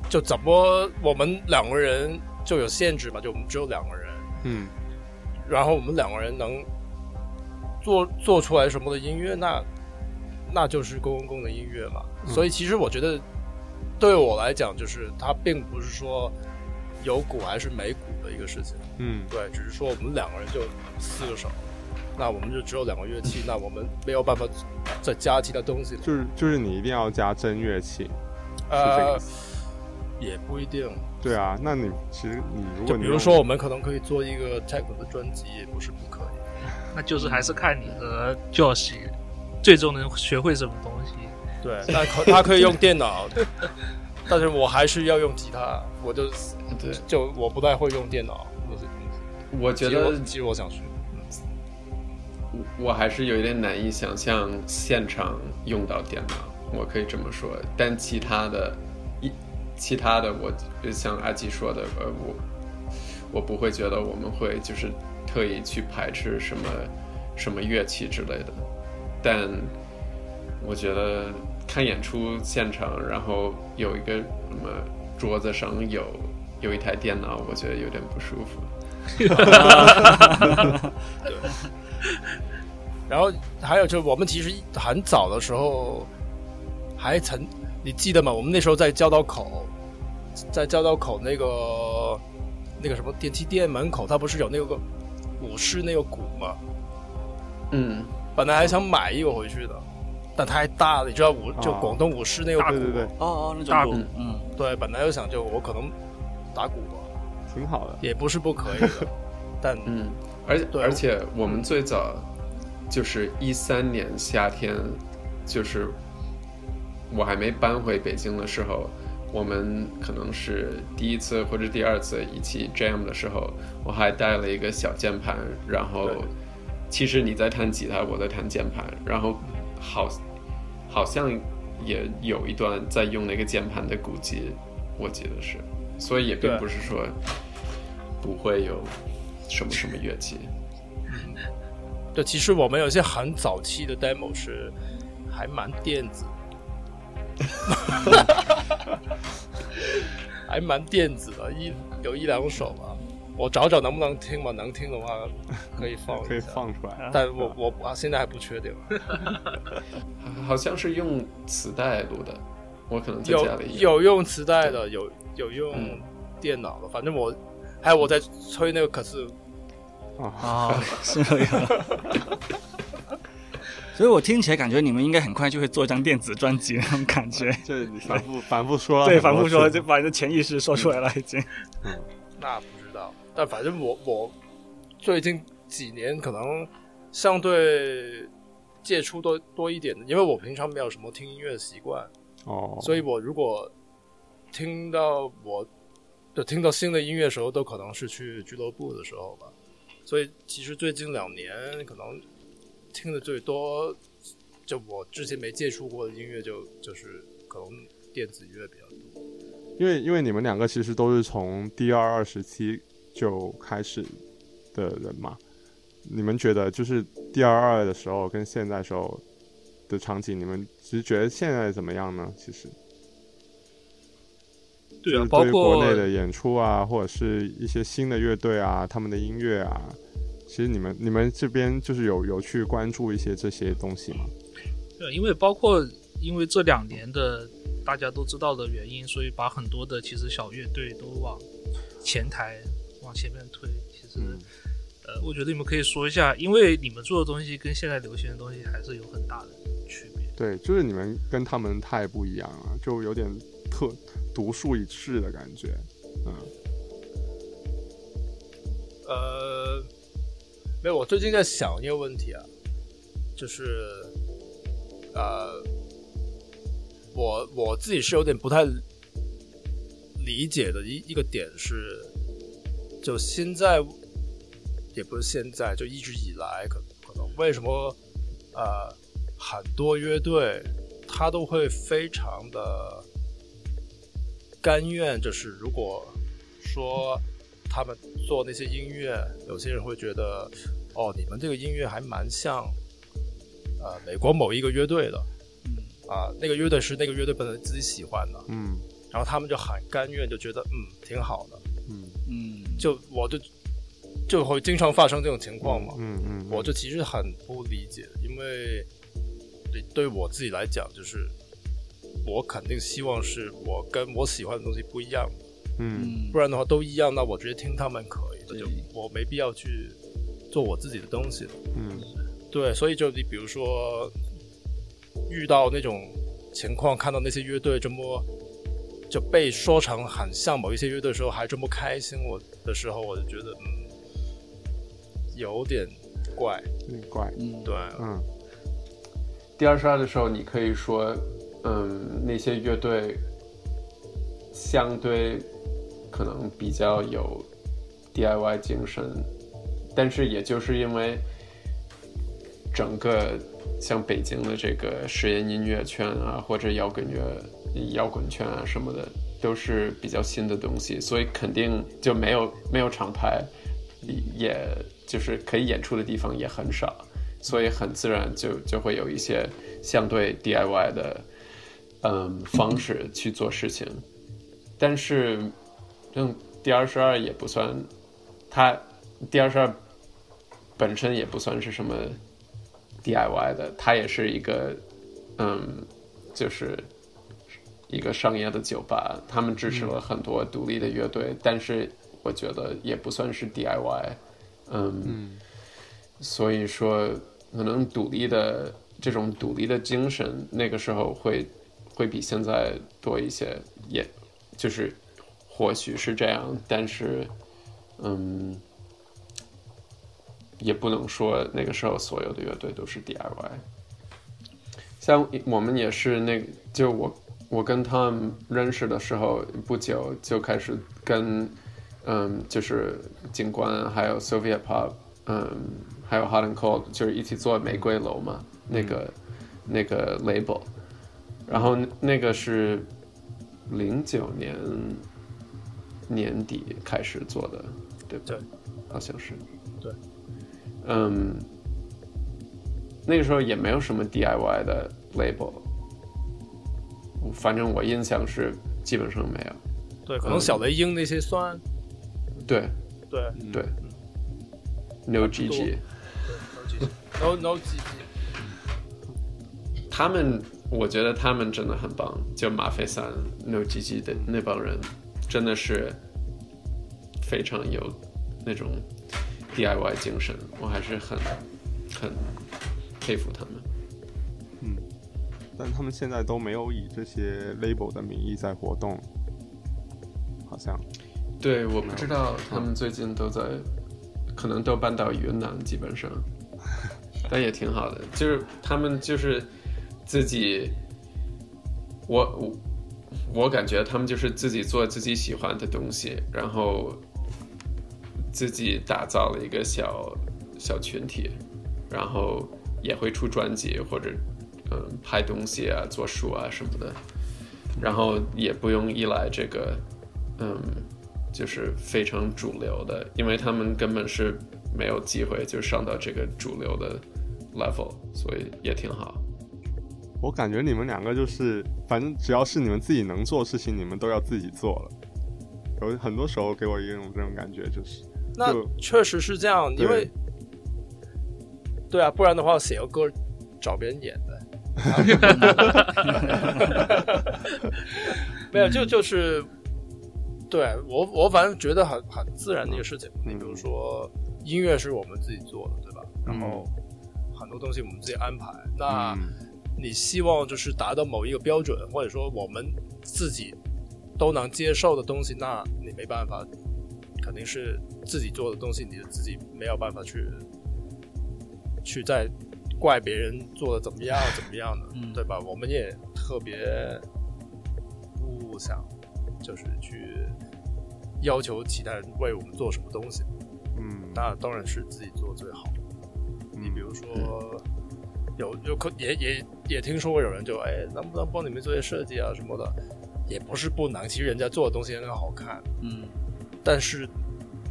D: 就怎么我们两个人就有限制嘛，就我们只有两个人，
A: 嗯
D: 然后我们两个人能做做出来什么的音乐，那那就是公公共的音乐嘛。
A: 嗯
D: 所以其实我觉得对我来讲，就是它并不是说有鼓还是没鼓的一个事情，
A: 嗯
D: 对，只是说我们两个人就四个手。那我们就只有两个乐器，那我们没有办法再加其他东西了。
A: 就是就是你一定要加真乐器，是这个
D: 呃
A: 意，思。
D: 也不一定。
A: 对啊，那你其实你如
D: 就
A: 果你
D: 比如
A: 用
D: 说，我们可能可以做一个 techno 的专辑，也不是不可以。
C: 那就是还是看你和 Josh 最终能学会什么东西。
D: 对，但可他可以用电脑， 但是我还是要用吉他，我就
E: 对，
D: 就我不太会用电脑。我是
E: 我觉得
D: 其实我其实我想学，嗯
E: 我我还是有一点难以想象现场用到电脑，我可以这么说。但其他的，一其他的我，呃像阿吉说的，呃，我我不会觉得我们会就是特意去排斥什么什么乐器之类的。但我觉得看演出现场，然后有一个什么桌子上有有一台电脑，我觉得有点不舒服。
D: 然后还有就是我们其实很早的时候还曾，你记得吗？我们那时候在交道口，在交道口那个那个什么电器店门口，它不是有那个股市那个鼓吗？
E: 嗯，
D: 本来还想买一个回去的，但太大了，你知道武就
A: 啊
D: 广东舞狮那个
A: 对
D: 鼓
A: 对对，
B: 哦哦，那
C: 大
B: 种
E: 鼓
B: 鼓，嗯，
D: 对，本来就想就我可能打鼓吧，
A: 挺好的。
D: 也不是不可以 的，但
E: 嗯，而
D: 对
E: 而且我们最早就是一三年夏天，就是我还没搬回北京的时候，我们可能是第一次或者第二次一起 jam 的时候，我还带了一个小键盘，然后
A: 对
E: 其实你在弹吉他，我在弹键盘，然后好好像也有一段在用那个键盘的古籍，我记得是，所以也并
B: 对
E: 不是说不会有什么什么乐器。
D: 对，其实我们有一些很早期的 demo 是还蛮电子，还蛮电子的，一有一两首吧。我找找能不能听吧，能听的话可以放一下。
A: 可以，放出
B: 嗯
A: 来。
D: 但我我我现在还不确定。
E: 好像是用磁带录的，我可能在
D: 有
E: 家里嗯
D: 有用磁带的，有有用电脑的，反正我还有我在吹那个可是
B: 哦，是这样。 所以我听起来感觉你们应该很快就会做一张电子专辑那种感觉。
A: 这你反复反复说了，
B: 对，反复说，就把你的潜意识说出来了，已经。
D: 那不知道，但反正我我最近几年可能相对接触多多一点的，因为我平常没有什么听音乐的习惯，
A: 哦，
D: 所以我如果听到我就听到新的音乐的时候，都可能是去俱乐部的时候吧。所以其实最近两年可能听的最多，就我之前没接触过的音乐就，就是可能电子乐比较多。
A: 因为因为你们两个其实都是从 D 二二时期就开始的人嘛，你们觉得就是 D 二二的时候跟现在时候的场景，你们其实觉得现在怎么样呢？其实
C: 对
A: 就
C: 啊
A: 是，
C: 包
A: 对于
C: 括
A: 国内的演出啊，或者是一些新的乐队啊，他们的音乐啊，其实你们你们这边就是有有去关注一些这些东西吗？
C: 对，因为包括因为这两年的大家都知道的原因，所以把很多的其实小乐队都往前台往前面推。其实，呃，我觉得你们可以说一下，因为你们做的东西跟现在流行的东西还是有很大的区别。
A: 对，就是你们跟他们太不一样了，就有点特独树一帜的感觉。嗯，
D: 呃，没有，我最近在想一个问题啊，就是呃，我我自己是有点不太理解的一一个点是，就现在也不是现在，就一直以来可可能为什么呃很多乐队他都会非常的甘愿，就是如果说。他们做那些音乐，有些人会觉得，哦，你们这个音乐还蛮像，呃，美国某一个乐队的，啊、那个乐队是那个乐队本身自己喜欢的，
A: 嗯
D: 然后他们就很甘愿，就觉得嗯挺好的，
A: 嗯
B: 嗯，
D: 就我就就会经常发生这种情况嘛，
A: 嗯嗯，
D: 我就其实很不理解，因为对对我自己来讲，就是我肯定希望是我跟我喜欢的东西不一样，
A: 嗯
B: 嗯
D: 不然的话都一样，那我直接听他们可以的，
B: 对
D: 就我没必要去做我自己的东西了。
A: 嗯
D: 对，所以就你比如说遇到那种情况，看到那些乐队这么就被说成很像某一些乐队的时候，还这么开心，我的时候我就觉得嗯有点怪，
A: 有点怪。
B: 嗯，
D: 对，啊
A: 嗯
E: 第二十二的时候，你可以说，嗯，那些乐队相对可能比较有 DIY 精神，但是也就是因为整个像北京的这个实验音乐圈啊，或者摇滚乐、摇滚圈啊什么的，都是比较新的东西，所以肯定就没有没有厂牌，也就是可以演出的地方也很少。所以很自然就就会有一些相对 DIY 的嗯方式去做事情。但是，像 D 二十二也不算，它 D 二十二本身也不算是什么 DIY 的，它也是一个嗯，就是一个商业的酒吧，他们支持了很多独立的乐队，但是我觉得也不算是 DIY，嗯
A: 嗯
E: 所以说，可能独立的这种独立的精神，那个时候会会比现在多一些，也就是或许是这样，但是，嗯，也不能说那个时候所有的乐队都是 DIY。像我们也是那个，就我我跟 Tom 认识的时候不久就开始跟，嗯，就是警官还有 Soviet Pop，嗯，还有 Hot and Cold 就是一起做玫瑰楼嘛，那
D: 嗯
E: 个那个 label，然后那个是零九年年底开始做的，对不
D: 对？
E: 好像是。
D: 对。
E: 嗯，那个时候也没有什么 DIY 的 label，反正我印象是基本上没有。
D: 对，可能小雷鹰那些算，
E: 对
D: 对嗯
E: 对，No GG，
D: ，no no G G，
E: 他们我觉得他们真的很棒，就马飞三 No GG 的那帮人，真的是非常有那种 DIY 精神，我还是很很佩服他们。
A: 但他们现在都没有以这些 label 的名义在活动，好像
E: 对，我不知道他们最近都在，可能都搬到云南，基本上，但也挺好的。就是他们就是自己，我我我感觉他们就是自己做自己喜欢的东西，然后自己打造了一个小小群体，然后也会出专辑或者嗯拍东西啊、做书啊什么的，然后也不用依赖这个嗯。就是非常主流的，因为他们根本是没有机会就上到这个主流的 level，所以也挺好。
A: 我感觉你们两个就是，反正只要是你们自己能做的事情，你们都要自己做了。有很多时候给我一种这种感觉，就是
D: 那
A: 就
D: 确实是这样，
A: 对
D: 因为对啊，不然的话写个歌找别人演的，没有就就是对我我反正觉得很很自然的一个事情。你比如说音乐是我们自己做的，对吧？然后啊很多东西我们自己安排。
A: 嗯
D: 那你希望就是达到某一个标准，或者说我们自己都能接受的东西，那你没办法，肯定是自己做的东西，你自己没有办法去去再怪别人做的怎么样怎么样的，
B: 嗯
D: 对吧？我们也特别不想就是去要求其他人为我们做什么东西，
A: 嗯，
D: 那当然是自己做最好。你比如说，
A: 嗯
D: 有有可也也也听说过有人就哎，能不能帮你们做些设计啊什么的，也不是不能。其实人家做的东西很好看，
B: 嗯，
D: 但是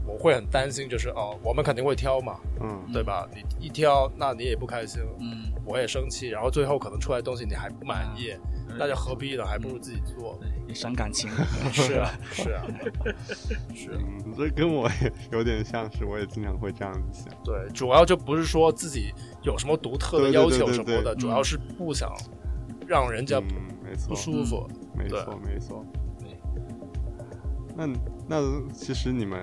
D: 我会很担心，就是哦，我们肯定会挑嘛，
A: 嗯
D: 对吧？你一挑，那你也不开心，
B: 嗯，
D: 我也生气，然后最后可能出来的东西你还不满意，
A: 啊
D: 那就何必呢？还不
A: 嗯
D: 如自己做。
B: 嗯也伤感情。
D: 是啊，是啊，是啊。
A: 嗯，这跟我也有点像是，我也经常会这样子想。
D: 对，主要就不是说自己有什么独特的
A: 对对
D: 要
A: 对
D: 求
A: 对
D: 什么
A: 对
D: 的，主要是不想让人家
A: 嗯，没错
D: 不，舒服。
A: 没
D: 对
A: 错，没错。那那其实你们，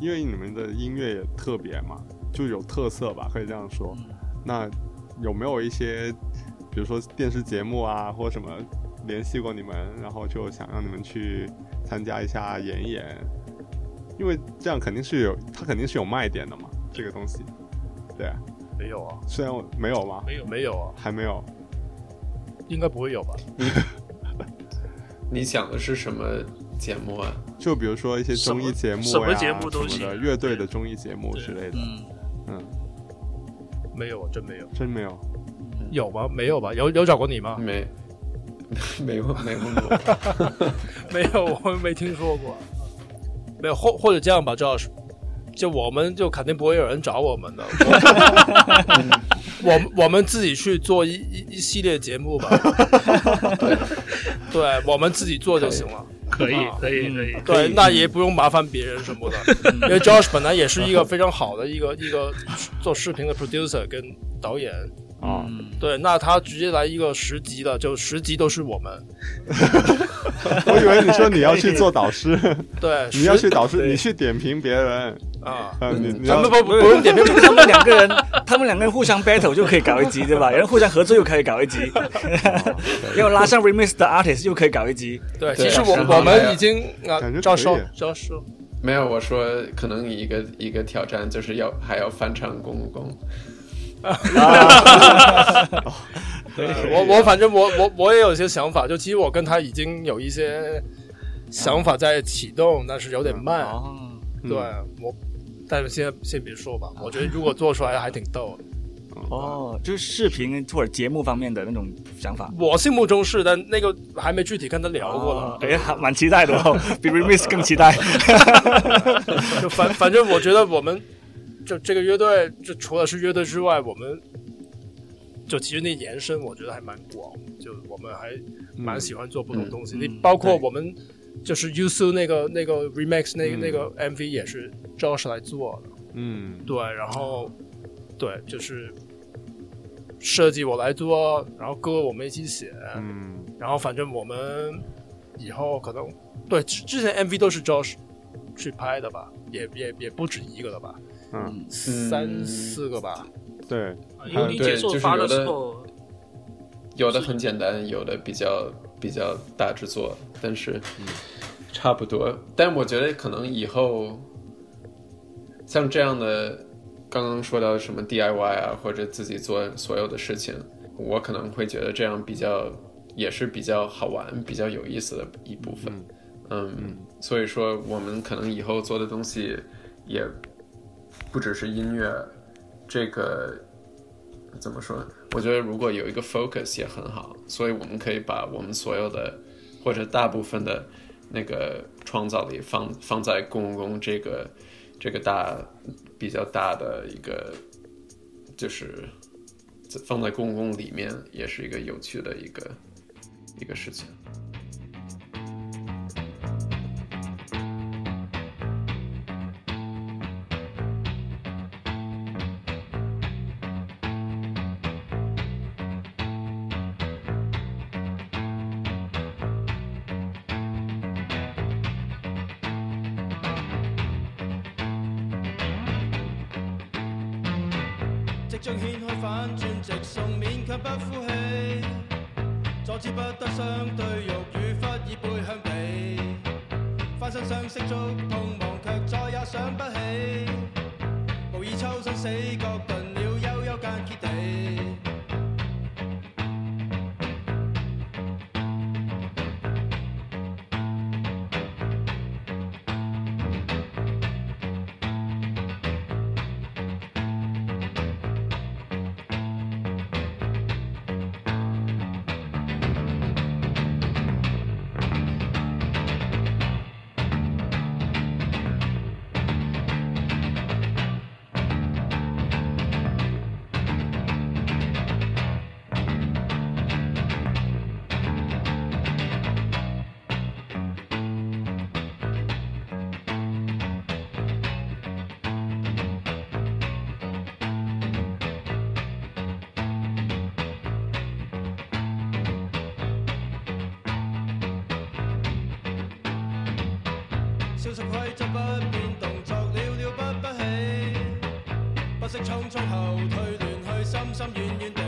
A: 因为你们的音乐也特别嘛，就有特色吧，可以这样说。那有没有一些，比如说电视节目啊，或什么联系过你们，然后就想让你们去参加一下演一演？因为这样肯定是有，它肯定是有卖点的嘛，这个东西。对啊，
D: 没有啊，
A: 虽然我没有嘛，
D: 没有，没有啊，
A: 还没有，
D: 应该不会有吧？
E: 你想的是什么节目啊？
A: 就比如说一些综艺节目、呀，
C: 什么什么节目都
A: 什么的，
C: 行
A: 乐队的综艺节目之类的。
B: 嗯，
A: 嗯，
D: 没有，真没有。
A: 真没有。
D: 有吗？没有吧？有有找过你吗？
E: 没，没问没问过。
D: 没有，我没听说过。没有，或或者这样吧，Josh，就我们就肯定不会有人找我们 的。我们我们自己去做一一一系列节目 吧。对，我们自己做就行了。
C: 可以
D: 啊，
C: 可以，
B: 嗯
C: 可以。
D: 对，那也不用麻烦别人什么的，因为 Josh 本来也是一个非常好的一个一个做视频的 producer 跟导演，
A: 啊，
D: 对，那他直接来一个十集的，就十集都是我们，
A: 我以为你说你要去做导 师，
D: 对，
A: 你要去
D: 十
A: 导师，你去点评别人
D: 啊，
A: 啊，你你
D: 啊
A: 要
D: 不不不不用点 名，
B: 他们两个人，他们两个人互相 battle 就可以搞一集，对吧？然后互相合作又可以搞一集， 要拉上 remix 的 artist 又可以搞一集。
D: 对，
E: 对
D: 其实
E: 是
D: 我
E: 吧
D: 我们已经啊
A: 哎感觉可以，
D: 招收招收，
E: 没有，我说可能一个一个挑战就是要还要翻唱公务工，
B: 可以。
D: 我
A: 啊
D: 我反正我我我也有一些想法，就其实我跟他已经有一些想法在启动，但是有点慢。
B: 哦，
A: 嗯
D: 对我，但是先先别说吧，我觉得如 果做出来还挺逗的。啊
B: 哦，就是视频或者节目方面的那种想法。
D: 我心目中是，但那个还没具体跟他聊过
B: 哦
D: 了。
B: 哎呀，蛮期待的 哦，比 Remix 更期待。
D: 就反反正我觉得我们就这个乐队，就除了是乐队之外，我们就其实那延伸我觉得还蛮广，就我们还
A: 嗯
D: 蛮喜欢做不同东西。
B: 嗯
D: 你、包括
B: 对
D: 我们就是 u s u 那个那个 remix 那个、
A: 嗯
D: 那个 MV 也是 Josh 来做的，
A: 嗯
D: 对，然后对就是设计我来做，然后歌我们一起写，
A: 嗯
D: 然后反正我们以后可能对之之前 MV 都是 Josh 去拍的吧，也也也不止一个了吧，
A: 嗯，
D: 三四个吧，
A: 对，
C: 啊幽灵
E: 对
C: 节奏
E: 就是
C: 发
E: 有
C: 的时
E: 的
C: 候，
E: 有的很简单，有的比较比较大制作，但是差不多。但我觉得可能以后像这样的，刚刚说到什么 DIY 啊，或者自己做所有的事情，我可能会觉得这样比较也是比较好玩、比较有意思的一部分。嗯，所以说我们可能以后做的东西也不只是音乐这个怎么说？我觉得如果有一个 focus 也很好，所以我们可以把我们所有的或者大部分的那个创造力放放在公共工这个这个大比较大的一个，就是放在公共工里面，也是一个有趣的一个一个事情。
F: 即將掀開反轉直送，勉強不呼氣，阻止不得相對欲與忽已背向地，翻身相識觸碰，忘卻再也想不起，無意抽身死角，頓了悠悠間歇地。消失規則不變，動作了了不不起，不惜匆匆後退，亂去深深遠遠地，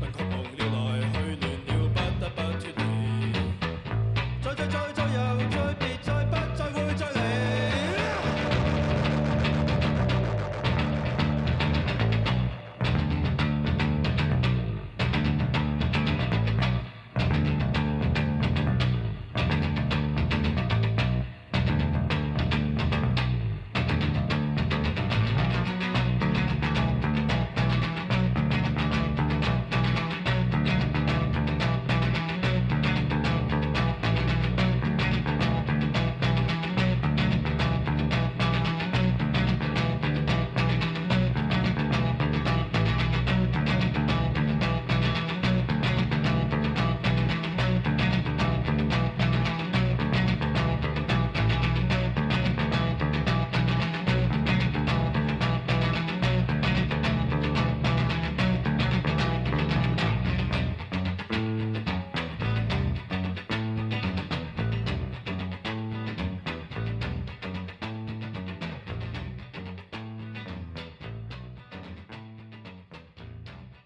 F: 貧窮無聊來去亂了，不得不脱離。再追追追又追，別再不再會追你。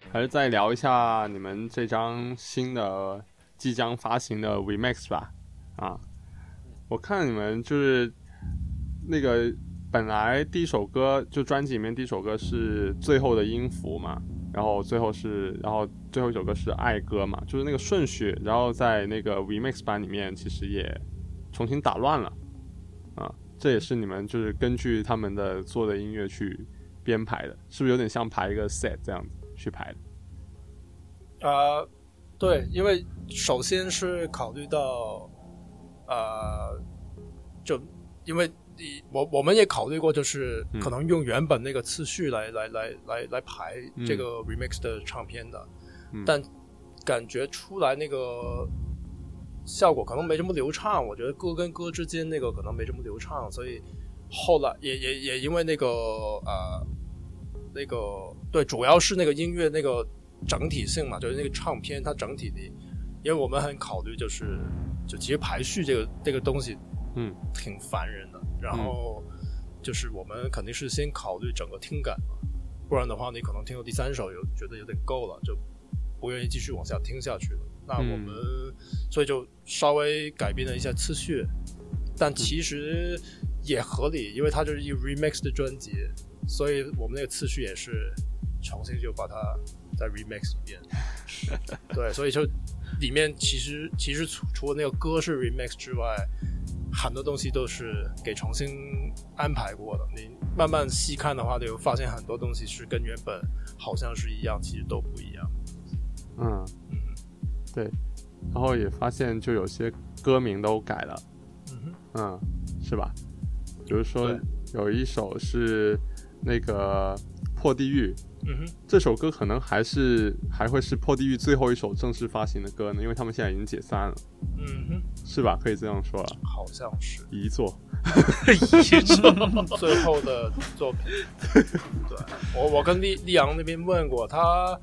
A: 还是再聊一下你们这张新的即将发行的 Remix 吧。啊，我看你们就是那个本来第一首歌就专辑里面第一首歌是《最后的音符》嘛，然后最后是，然后最后一首歌是爱歌嘛，就是那个顺序，然后在那个 remix 版里面其实也重新打乱了，啊，这也是你们就是根据他们的做的音乐去编排的，是不是有点像排一个 set 这样子去排的？
D: 呃，对，因为首先是考虑到，呃，就因为你我我们也考虑过，就是
A: 嗯
D: 可能用原本那个次序来、来来来来排
A: 嗯
D: 这个 remix 的唱片的，
A: 嗯
D: 但感觉出来那个效果可能没什么流畅，我觉得歌跟歌之间那个可能没什么流畅，所以后来也也也因为那个呃那个对，主要是那个音乐那个整体性嘛，就是那个唱片它整体的，因为我们很考虑就是就其实排序这个这个东西，
A: 嗯，
D: 挺烦人的。然后就是我们肯定是先考虑整个听感嘛，不然的话你可能听到第三首有觉得有点够了，就不愿意继续往下听下去了。那我们、所以就稍微改变了一下次序，但其实也合理，因为它就是一 remix 的专辑，所以我们那个次序也是重新就把它再 remix 一遍。 对，所以就里面其实其实除除了那个歌是 remix 之外，很多东西都是给重新安排过的。你慢慢细看的话，就会发现很多东西是跟原本好像是一样，其实都不一样。
A: 嗯，对，然后也发现就有些歌名都改了，
D: 嗯
A: 嗯，是吧？比如说
D: 对
A: 有一首是那个破地狱，
D: 哼，嗯哼，
A: 这首歌可能还是还会是破地狱最后一首正式发行的歌呢，因为他们现在已经解散了，
D: 嗯哼。
A: 是吧？可以这样说了，
D: 好像是
A: 遗作。
D: 最后的作品。对，我我跟利利昂那边问过他，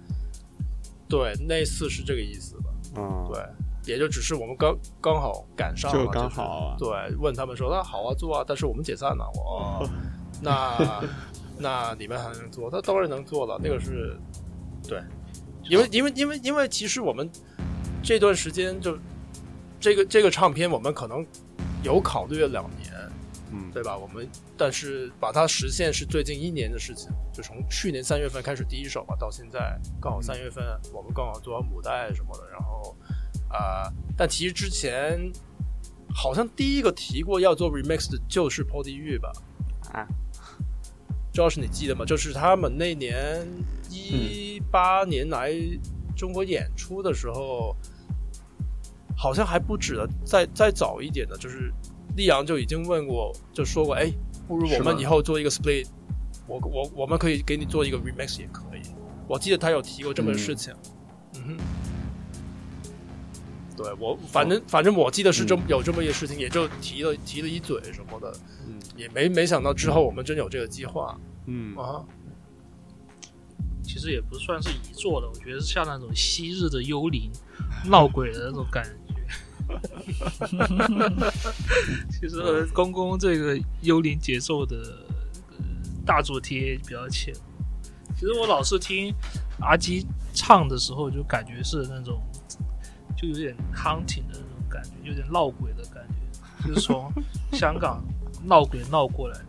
D: 对，类似是这个意思吧？
A: 嗯，
D: 对，也就只是我们刚刚好赶上了，
A: 就刚好啊
D: 就是对，问他们说那好啊做啊，但是我们解散了，哦， 那那你们还能做？那当然能做了，那个是，
A: 嗯
D: 对，因为因为因为因为其实我们这段时间就这个这个唱片，我们可能有考虑了两年，
A: 嗯
D: 对吧？我们但是把它实现是最近一年的事情，就从去年三月份开始第一首嘛，到现在刚好三月份，我们刚好做完母带什么的，然后啊、呃但其实之前好像第一个提过要做 remix 的就是《破地狱》吧？
A: 啊，
D: 老师你记得吗？就是他们那年一八年来中国演出的时候，好像还不止的，再再早一点的，就是丽阳就已经问过，就说过，哎，不如我
E: 是吗
D: 们以后做一个 split，我我我们可以给你做一个 remix 也可以。我记得他有提过这么个事情。嗯哼。对我，反正反正我记得是这么有这么一个事情，也就提了提了一嘴什么的，
A: 嗯
D: 也没没想到之后我们真有这个计划
A: 嗯
D: 啊。
C: 其实也不算是遗作了，我觉得是像那种昔日的幽灵、闹鬼的那种感觉。 其实呃公公这个幽灵节奏的呃大主题也比较浅。其实我老是听阿基唱的时候，就感觉是那种就有点 hunting 的那种感觉，有点闹鬼的感觉，就是从香港闹鬼闹过来的。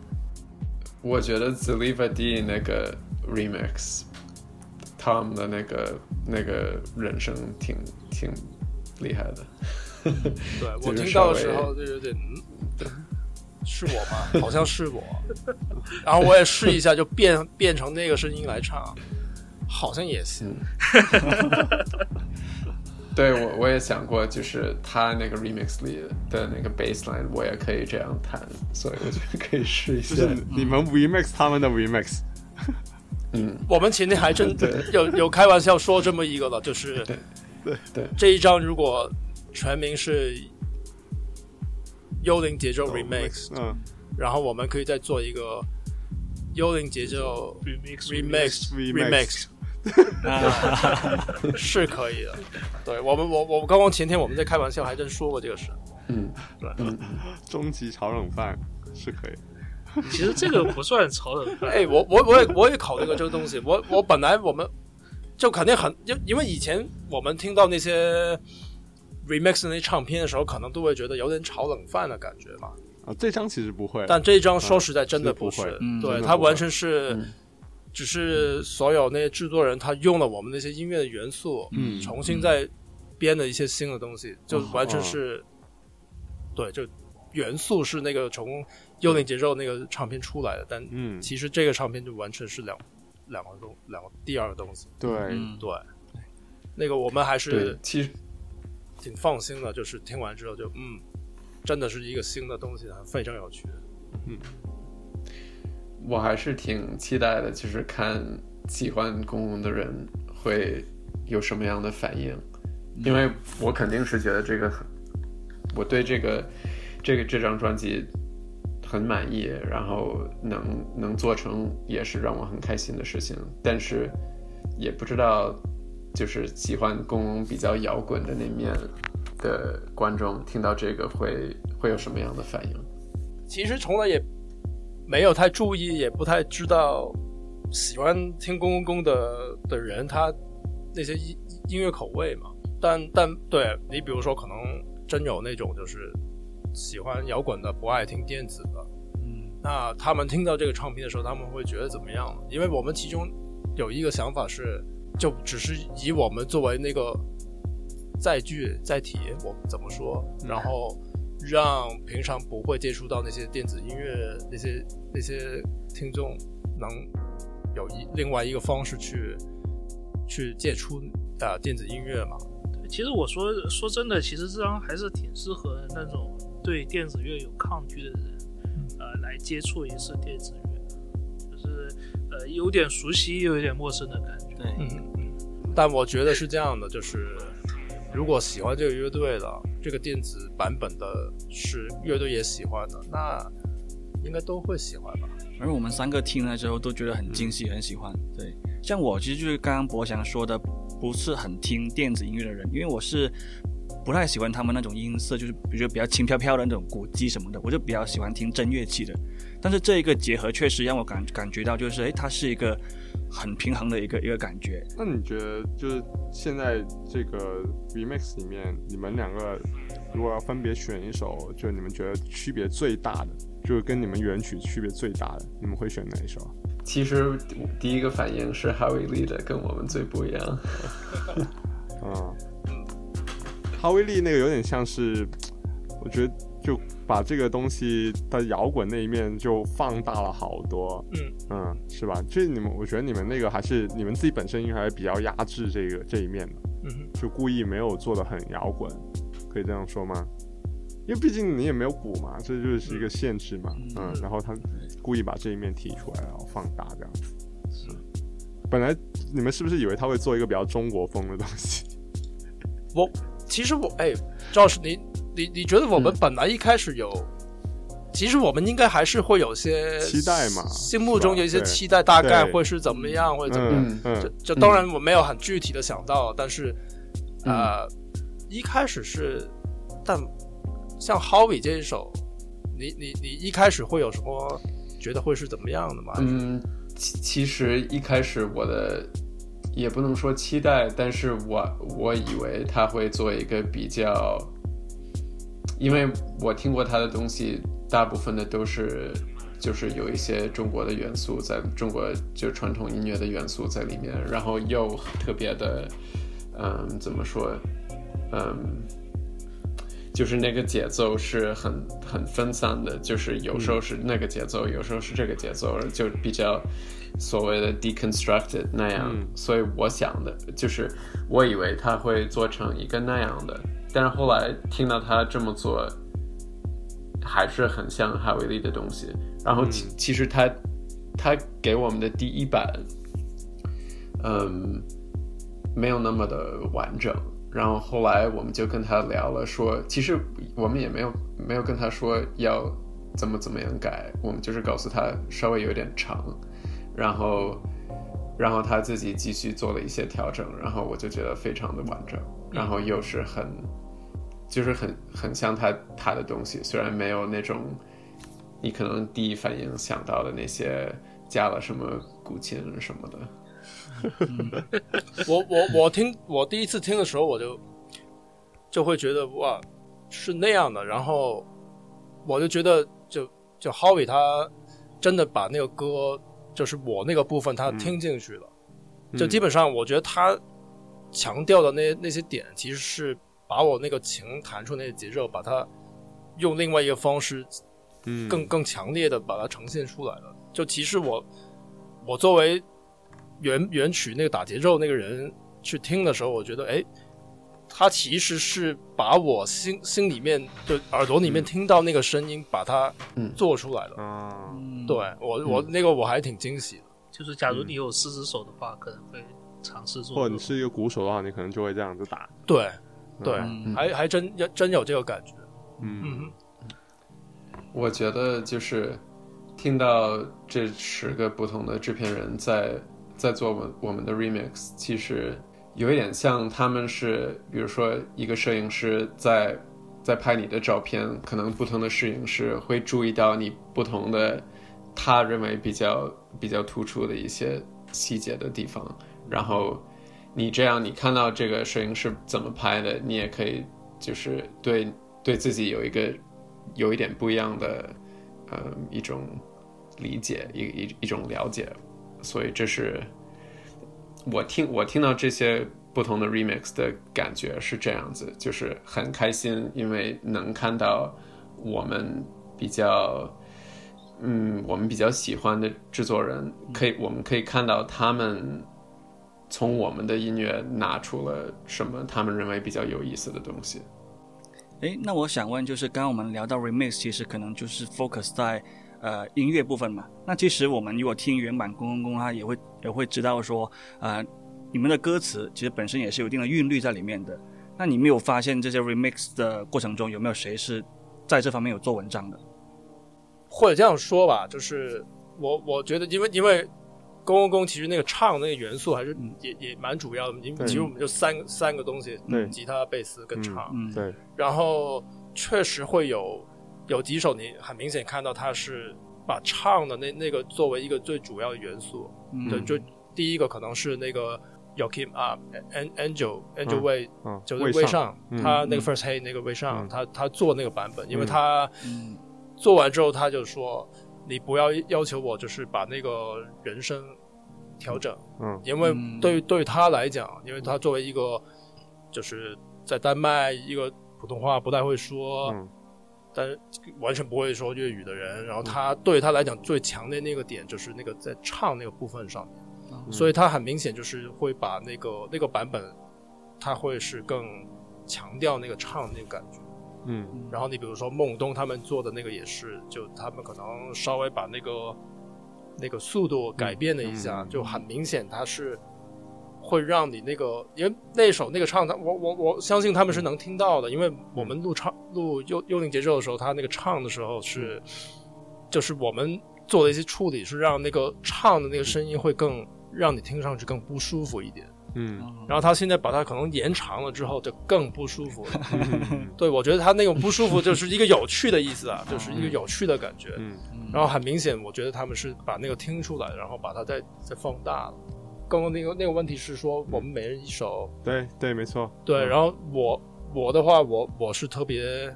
E: 我觉得 Zeliva D 那个 remix Tom 的那个那个人声挺挺厉害的。
D: 对
E: 这
D: 我
E: 个
D: 听
E: 稍
D: 到
E: 微
D: 的时候就有点，嗯，是我 吗？好像是我。然后我也试一下，就变变成那个声音来唱，好像也行。
E: 对我我也想过，就是他那个 remix 里的那个 bass line，我也可以这样弹，所以我觉得可以试一
A: 就
E: 下。
A: 是你们 remix 他们的 remix，
E: 嗯，
D: 我们前天还真
E: 对
D: 有有开玩笑说这么一个了，就是
E: 对对
D: 这一张如果全名是《幽灵节
E: 哦
D: 奏 Remix》，
A: 嗯
D: 然后我们可以再做一个《幽灵节奏
C: remix
D: Remix
A: remix
D: Remix》，是可以的。对我们，我我刚刚前天我们在开玩笑，还真说过这个事。
E: 嗯
A: 终极炒冷饭是可以。
C: 其实这个不算炒冷饭，
D: 哎，我我我也我也考虑过这个东西。我我本来我们就肯定很，因因为以前我们听到那些 remix 的那些唱片的时候，可能都会觉得有点炒冷饭的感觉嘛。
A: 啊，这张其实不会，
D: 但这一张说实在真的不
A: 嗯
D: 是
A: 是不会，
B: 嗯
D: 对
A: 真的
D: 它
A: 不会
D: 完全是
E: 嗯
D: 只是所有那些制作人他用了我们那些音乐的元素，
A: 嗯
D: 重新再编了一些新的东西，就完全是，对，就元素是那个从《幽灵节奏》那个唱片出来的，但
A: 嗯，
D: 其实这个唱片就完全是两两个东两个第二个东西，
A: 对，
B: 嗯，
D: 对，那个我们还
E: 对
D: 是，
E: 其实
D: 挺放心的，就是听完之后就嗯，真的是一个新的东西，非常有趣。
E: 我还是挺期待的，就是看喜欢公公的人会有什么样的反应，因为我肯定是觉得这个很，我对这个这个这张专辑很满意，然后能能做成也是让我很开心的事情，但是也不知道就是喜欢公公比较摇滚的那面的观众听到这个会会有什么样的反应。
D: 其实从来也没有太注意，也不太知道喜欢听公公的的人他那些音音乐口味嘛。但但对你比如说，可能真有那种就是喜欢摇滚的，不爱听电子的。
B: 嗯
D: 那他们听到这个唱片的时候，他们会觉得怎么样呢？因为我们其中有一个想法是，就只是以我们作为那个载具载体，我们怎么说，然后让平常不会接触到那些电子音乐那些那些听众，能有一另外一个方式去去接触啊、呃电子音乐嘛。
C: 其实我说说真的，其实这张还是挺适合那种对电子乐有抗拒的人，呃，来接触一次电子乐，就是呃有点熟悉又有点陌生的感觉。
B: 对，
D: 嗯，嗯，但我觉得是这样的，就是如果喜欢这个乐队的，这个电子版本的是乐队也喜欢的，那应该都会喜欢吧？
B: 而我们三个听了之后都觉得很惊喜，很喜欢。对，像我其实就是刚刚博翔说的，不是很听电子音乐的人，因为我是不太喜欢他们那种音色，就是比如说比较轻飘飘的那种鼓机什么的，我就比较喜欢听真乐器的。但是这一个结合确实让我感感觉到，就是诶，它是一个很平衡的一个一个感觉。
A: 那你觉得就是现在这个 remix 里面，你们两个如果要分别选一首，就你们觉得区别最大的，就是跟你们原曲区别最大的，你们会选哪一首？
E: 其实第一个反应是 Howie Lee 的，跟我们最不一样。
A: 嗯，哈维利那个有点像是，我觉得就把这个东西的摇滚那一面就放大了好多。
D: 嗯
A: 嗯，是吧？这你们，我觉得你们那个还是你们自己本身应该还是比较压制这个这一面的。
D: 嗯，
A: 就故意没有做的很摇滚，可以这样说吗？因为毕竟你也没有鼓嘛，这就是一个限制嘛，嗯，然后他故意把这一面提出来，然后放大这样子。本来你们是不是以为他会做一个比较中国风的东西？
D: 我其实我哎，赵师，你你你觉得我们本来一开始有，其实我们应该还是会有些
A: 期待嘛
D: 心目中有一
A: 是
D: 些
A: 吧对
D: 期待，大概
A: 对
D: 会是怎么样，或者怎么样。
A: 嗯
D: 这
A: 嗯
D: 这当然我没有很具体的想到，但是呃，一开始是，但像 Howie 这一首，你你你一开始会有什么觉得会是怎么样的吗？
E: 嗯，其其实一开始我的也不能说期待，但是我我以为他会做一个比较，因为我听过他的东西，大部分的都是就是有一些中国的元素在，中国就传统音乐的元素在里面，然后又特别的，嗯，怎么说，嗯。就是那个节奏是很很分散的，就是有时候是那个节奏，有时候是这个节奏，就比较所谓的 deconstructed 那样。
A: 嗯
E: 所以我想的就是，我以为他会做成一个那样的，但是后来听到他这么做，还是很像哈维利的东西。然后其、其实他他给我们的第一版，嗯，没有那么的完整。然后后来我们就跟他聊了说，其实我们也没有没有跟他说要怎么怎么样改，我们就是告诉他稍微有点长，然后然后他自己继续做了一些调整，然后我就觉得非常的完整，然后又是很就是很很像他他的东西，虽然没有那种你可能第一反应想到的那些加了什么古琴什么的，
D: 我我我听我第一次听的时候，我就就会觉得哇是那样的，然后我就觉得就就 Howie 他真的把那个歌就是我那个部分他听进去了，
A: 嗯
D: 就基本上我觉得他强调的那那些点，其实是把我那个情弹出那些节奏，把它用另外一个方式
A: 嗯
D: 更更强烈的把它呈现出来了。就其实我我作为原原曲那个打节奏那个人去听的时候，我觉得哎，他其实是把我心心里面就耳朵里面听到那个声音，把它
E: 嗯
D: 做出来了。
A: 啊，
B: 嗯
D: 对我我那个我还挺惊喜的。
C: 就是假如你有四只手的话，可能会尝试做。
A: 或者你是一个鼓手的话，你可能就会这样子打。
D: 对对，
B: 嗯
D: 还还真真有这个感觉。
A: 嗯，
D: 嗯，
E: 我觉得就是听到这十个不同的制片人在在做我们我们的 remix，其实有一点像他们是，比如说一个摄影师在在拍你的照片，可能不同的摄影师会注意到你不同的他认为比较比较突出的一些细节的地方，然后你这样你看到这个摄影师怎么拍的，你也可以就是对对自己有一个有一点不一样的，呃，一种理解，一一一种了解，所以这是我听我听到这些不同的 remix 的感觉是这样子，就是很开心，因为能看到嗯我们比较，嗯，我们比较喜欢的制作人，可以我们可以看到他们。从我们的音乐拿出了什么他们认为比较有意思的东西？
B: 诶，那我想问，就是刚刚我们聊到 remix，其实可能就是 focus 在呃音乐部分嘛。那其实我们如果听原版《公公公》，它也会也会知道说，呃，你们的歌词其实本身也是有一定的韵律在里面的。那你们有发现这些 remix 的过程中，有没有谁是在这方面有做文章的？
D: 或者这样说吧，就是我我觉得因为因为。公公公其实那个唱那个元素还是也也蛮主要的，因为
A: 嗯对
D: 其实我们就三个三个东西，
A: 对
D: 吉他、贝斯跟唱，
B: 嗯，
A: 对，
D: 然后确实会有有几首你很明显看到他是把唱的那那个作为一个最主要的元素，
B: 嗯
D: 对，就第一个可能是那个 Yokim 啊，An-，Angel Angel
A: 嗯
D: Way
A: 嗯，
D: 就是
A: 未
D: 魏尚
A: 嗯，
D: 他那个
B: 嗯
D: First Hey 那个魏尚，
A: 嗯
D: 他他做那个版本，因为
A: 嗯
D: 他
B: 嗯
D: 做完之后他就说，你不要要求我就是把那个人声调整，
A: 嗯
D: 因为
B: 嗯
D: 对于对于他来讲，因为他作为一个就是在丹麦一个普通话不太会说，
A: 嗯
D: 但是完全不会说粤语的人，然后他对于他来讲最强的那个点就是那个在唱那个部分上面，
B: 嗯
D: 所以他很明显就是会把那个那个版本，他会是更强调那个唱的那个感觉。
A: 嗯
D: 然后你比如说孟东他们做的那个也是，就他们可能稍微把那个那个速度改变了一下，
A: 嗯嗯
D: 就很明显它是会让你那个，因为那首那个唱，他我我我相信他
A: 嗯
D: 们是能听到的，因为我们录唱录幽幽灵节奏的时候，他那个唱的时候是，
A: 嗯
D: 就是我们做的一些处理是让那个唱的那个声音会更让你听上去更不舒服一点。
A: 嗯
B: 嗯
D: 然后他现在把它可能延长了之后，就更不舒服了。
A: 嗯
D: 对，我觉得他那种不舒服就是一个有趣的意 思啊，就是一个有趣的感觉。
A: 嗯
B: 哦
D: 然后很明显，我觉得他们是把那个听出来，然后把它再再放大了。刚刚那个那个问题是说，我们每人一首，
A: 对对，没错，
D: 对。
A: 嗯
D: 然后我我的话，我我是特别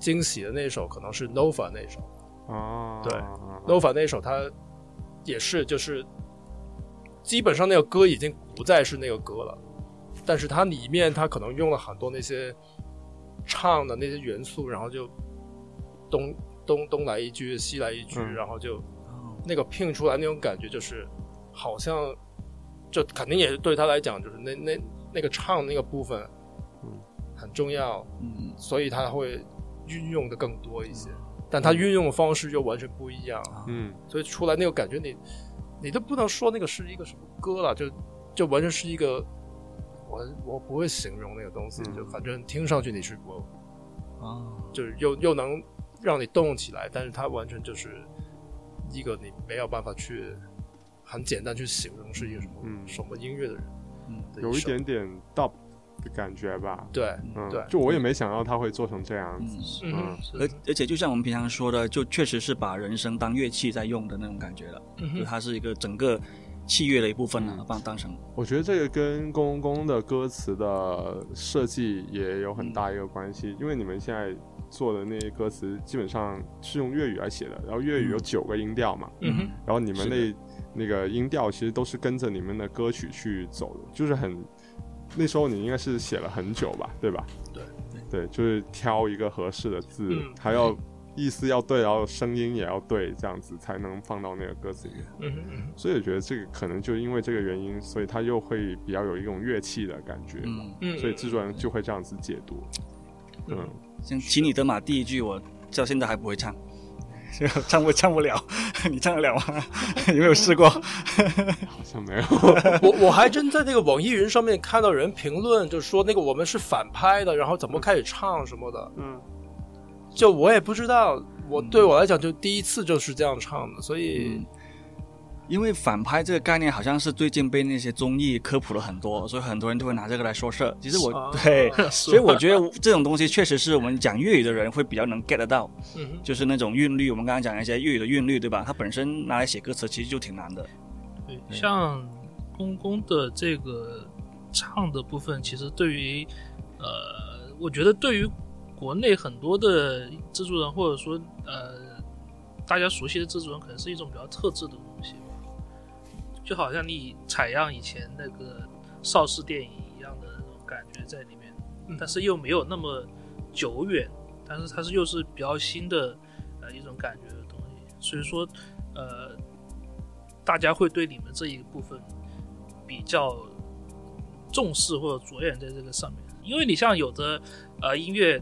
D: 惊喜的那首，可能是 Nova 那首。
A: 哦，
D: 对
A: 嗯
D: Nova 那首它也是就是基本上那个歌已经不再是那个歌了，但是它里面它可能用了很多那些唱的那些元素，然后就东东东来一句西来一句，
A: 嗯
D: 然后就那个拼出来那种感觉，就是好像就肯定也是对他来讲，就是那那那个唱那个部分
A: 嗯
D: 很重要，
B: 嗯
D: 所以他会运用的更多一些。但他运用的方式又完全不一样，
A: 嗯
D: 所以出来那个感觉你，你都不能说那个是一个什么歌了，就就完全是一个，我我不会形容那个东西，
A: 嗯
D: 就反正听上去你是我
B: 啊
D: 就是又又能让你动起来，但是它完全就是一个你没有办法去很简单去形容是一个什么、
A: 嗯
D: 什么音乐的人
B: 嗯
D: 的
A: 有一
D: 首
A: 点点 dub 的感觉吧。
D: 对，
A: 嗯，
D: 对
A: 就我也没想到他会做成这样子。
B: 嗯。
C: 是
A: 嗯
C: 是
B: 而而且就像我们平常说的，就确实是把人声当乐器在用的那种感觉了，
C: 嗯
B: 就它是一个整个器乐的一部分了
A: 嗯，
B: 把它当成
A: 我觉得这个跟公公的歌词的设计也有很大一个关系，因为你们现在做的那些歌词，基本上是用粤语来写的。然后粤语有九个音调嘛，
C: 嗯 哼，
A: 然后你们
E: 是的
A: 那那个音调其实都是跟着你们的歌曲去走的，就是很那时候你应该是写了很久吧，对吧？
D: 对
A: 对，就是挑一个合适的字，
C: 嗯
A: 还要意思要对，然后声音也要对，这样子才能放到那个歌词里面。
C: 嗯哼，嗯
A: 所以我觉得这个可能就因为这个原因，所以它又会比较有一种乐器的感觉，
B: 嗯，
C: 哼，
A: 所以制作人就会这样子解读。
C: 嗯
A: 嗯，
B: 像《请你德玛》第一句，我到现在还不会 唱，就唱不唱不了。 你唱得了吗？ 有没有试过？
A: 好像没有。
D: 我我还真在那个网易云上面看到人评论，就说那个我们是反拍的，然后怎么开始唱什么的，
A: 嗯，
D: 就我也不知道。我
B: 嗯
D: 对我来讲，就第一次就是这样唱的，所以
B: 嗯，因为反拍这个概念好像是最近被那些综艺科普了很多，所以很多人就会拿这个来说事儿。其实我、
D: 啊
B: 对，
D: 所
B: 所以我觉得这种东西确实是我们讲粤语的人会比较能 get 得到，
D: 嗯哼
B: 就是那种韵律。我们刚刚讲了一些粤语的韵律，对吧？它本身拿来写歌词其实就挺难的。
C: 对，像公公的这个唱的部分，其实对于呃，我觉得对于国内很多的制作人，或者说呃，大家熟悉的制作人，可能是一种比较特制的东西吧。就好像你采样以前那个邵氏电影一样的那种感觉在里面，但是又没有那么久远，但是它是又是比较新的呃一种感觉的东西，所以说呃大家会对你们这一部分比较重视或者着眼在这个上面，因为你像有的呃音乐，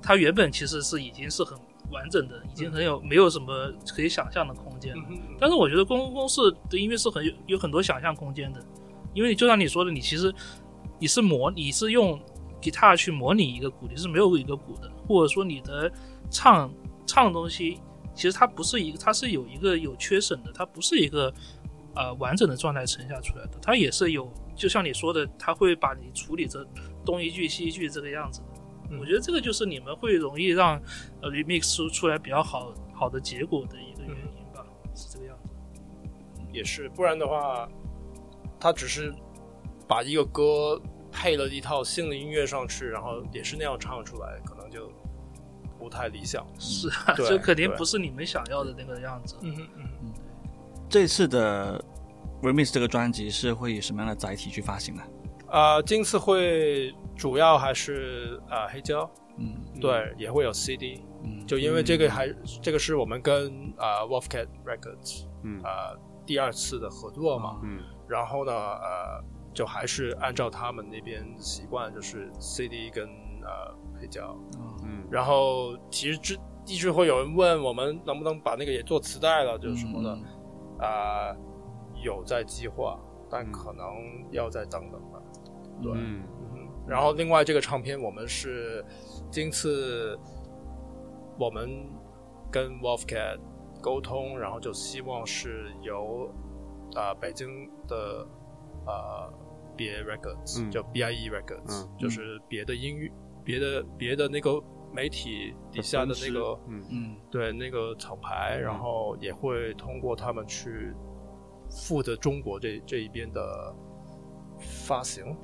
C: 它原本其实是已经是很完整的，已经很有没有什么可以想象的空
D: 嗯
C: 间了。但是我觉得公共公式的音乐是很有有很多想象空间的，因为你就像你说的，你其实你是模你是用吉他去模拟一个鼓，你是没有一个鼓的，或者说你的唱唱的东西，其实它不是一个，它是有一个有缺省的，它不是一个呃完整的状态呈现出来的，它也是有，就像你说的，它会把你处理成东一句西一句这个样子的。我觉得这个就是你们会容易让呃 remix 出出来比较好好的结果的一个原因吧，是这个样子。
D: 也是，不然的话，他只是把一个歌配了一套新的音乐上去，然后也是那样唱出来，可能就不太理想。
C: 是啊，
D: 对
C: 这肯定
D: 对
C: 不是你们想要的那个样子。
D: 嗯嗯，
B: 这次的 remix 这个专辑是会以什么样的载体去发行呢？
D: 啊、今次会主要还是啊、呃黑胶，
B: 嗯，
D: 对，也会有 CD，
B: 嗯
D: 就因为这个还、这个是我们跟啊、呃 Wolfcat Records
A: 嗯
D: 啊、呃第二次的合作嘛，
A: 嗯
D: 然后呢，呃，就还是按照他们那边习惯，就是 CD 跟呃黑胶。
A: 嗯
D: 然后其实之一直会有人问我们能不能把那个也做磁带了，就是什么的
B: 嗯
D: 啊、呃有在计划，但
B: 嗯
D: 可能要再等等吧。对
A: 嗯
D: 嗯，然后另外这个唱片我们是今次我们跟 Wolfcat 沟通，然后就希望是由啊、呃北京的呃别 Records、
A: 嗯
D: 叫 BIE E Records，、
A: 嗯
D: 就是别的音乐、别的别的那个媒体底下的那个
A: 嗯
B: 嗯
D: 对那个厂牌，然后也会通过他们去负责中国这这一边的发行。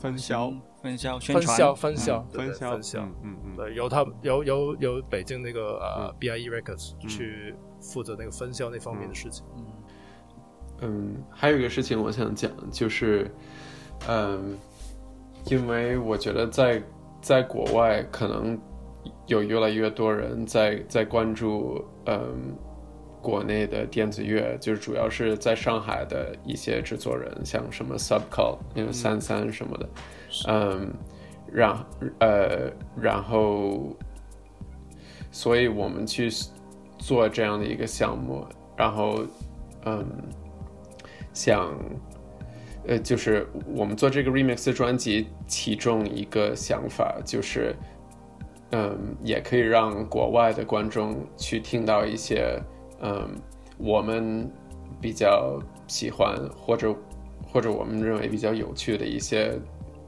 A: 分销
B: 分销宣
D: 分
B: 传
D: 销分销对
A: 分
D: 对
A: 销
D: 分销，
A: 嗯嗯
D: 对，由他们由由由北京那个呃
A: 嗯
D: BIE Records
A: 嗯
D: 去负责那个分销那方面的事情。
B: 嗯
E: 嗯，还有一个事情我想讲，就是，嗯，因为我觉得在在国外可能有越来越多人在在关注，嗯，国内的电子乐，就是主要是在上海的一些制作人，像什么 Subcult、因为三三什么的，嗯，然呃，然后，所以我们去做这样的一个项目，然后，嗯，想，呃，就是我们做这个 remix 的专辑，其中一个想法就是，嗯，也可以让国外的观众去听到一些，嗯，我们比较喜欢或者或者我们认为比较有趣的一些，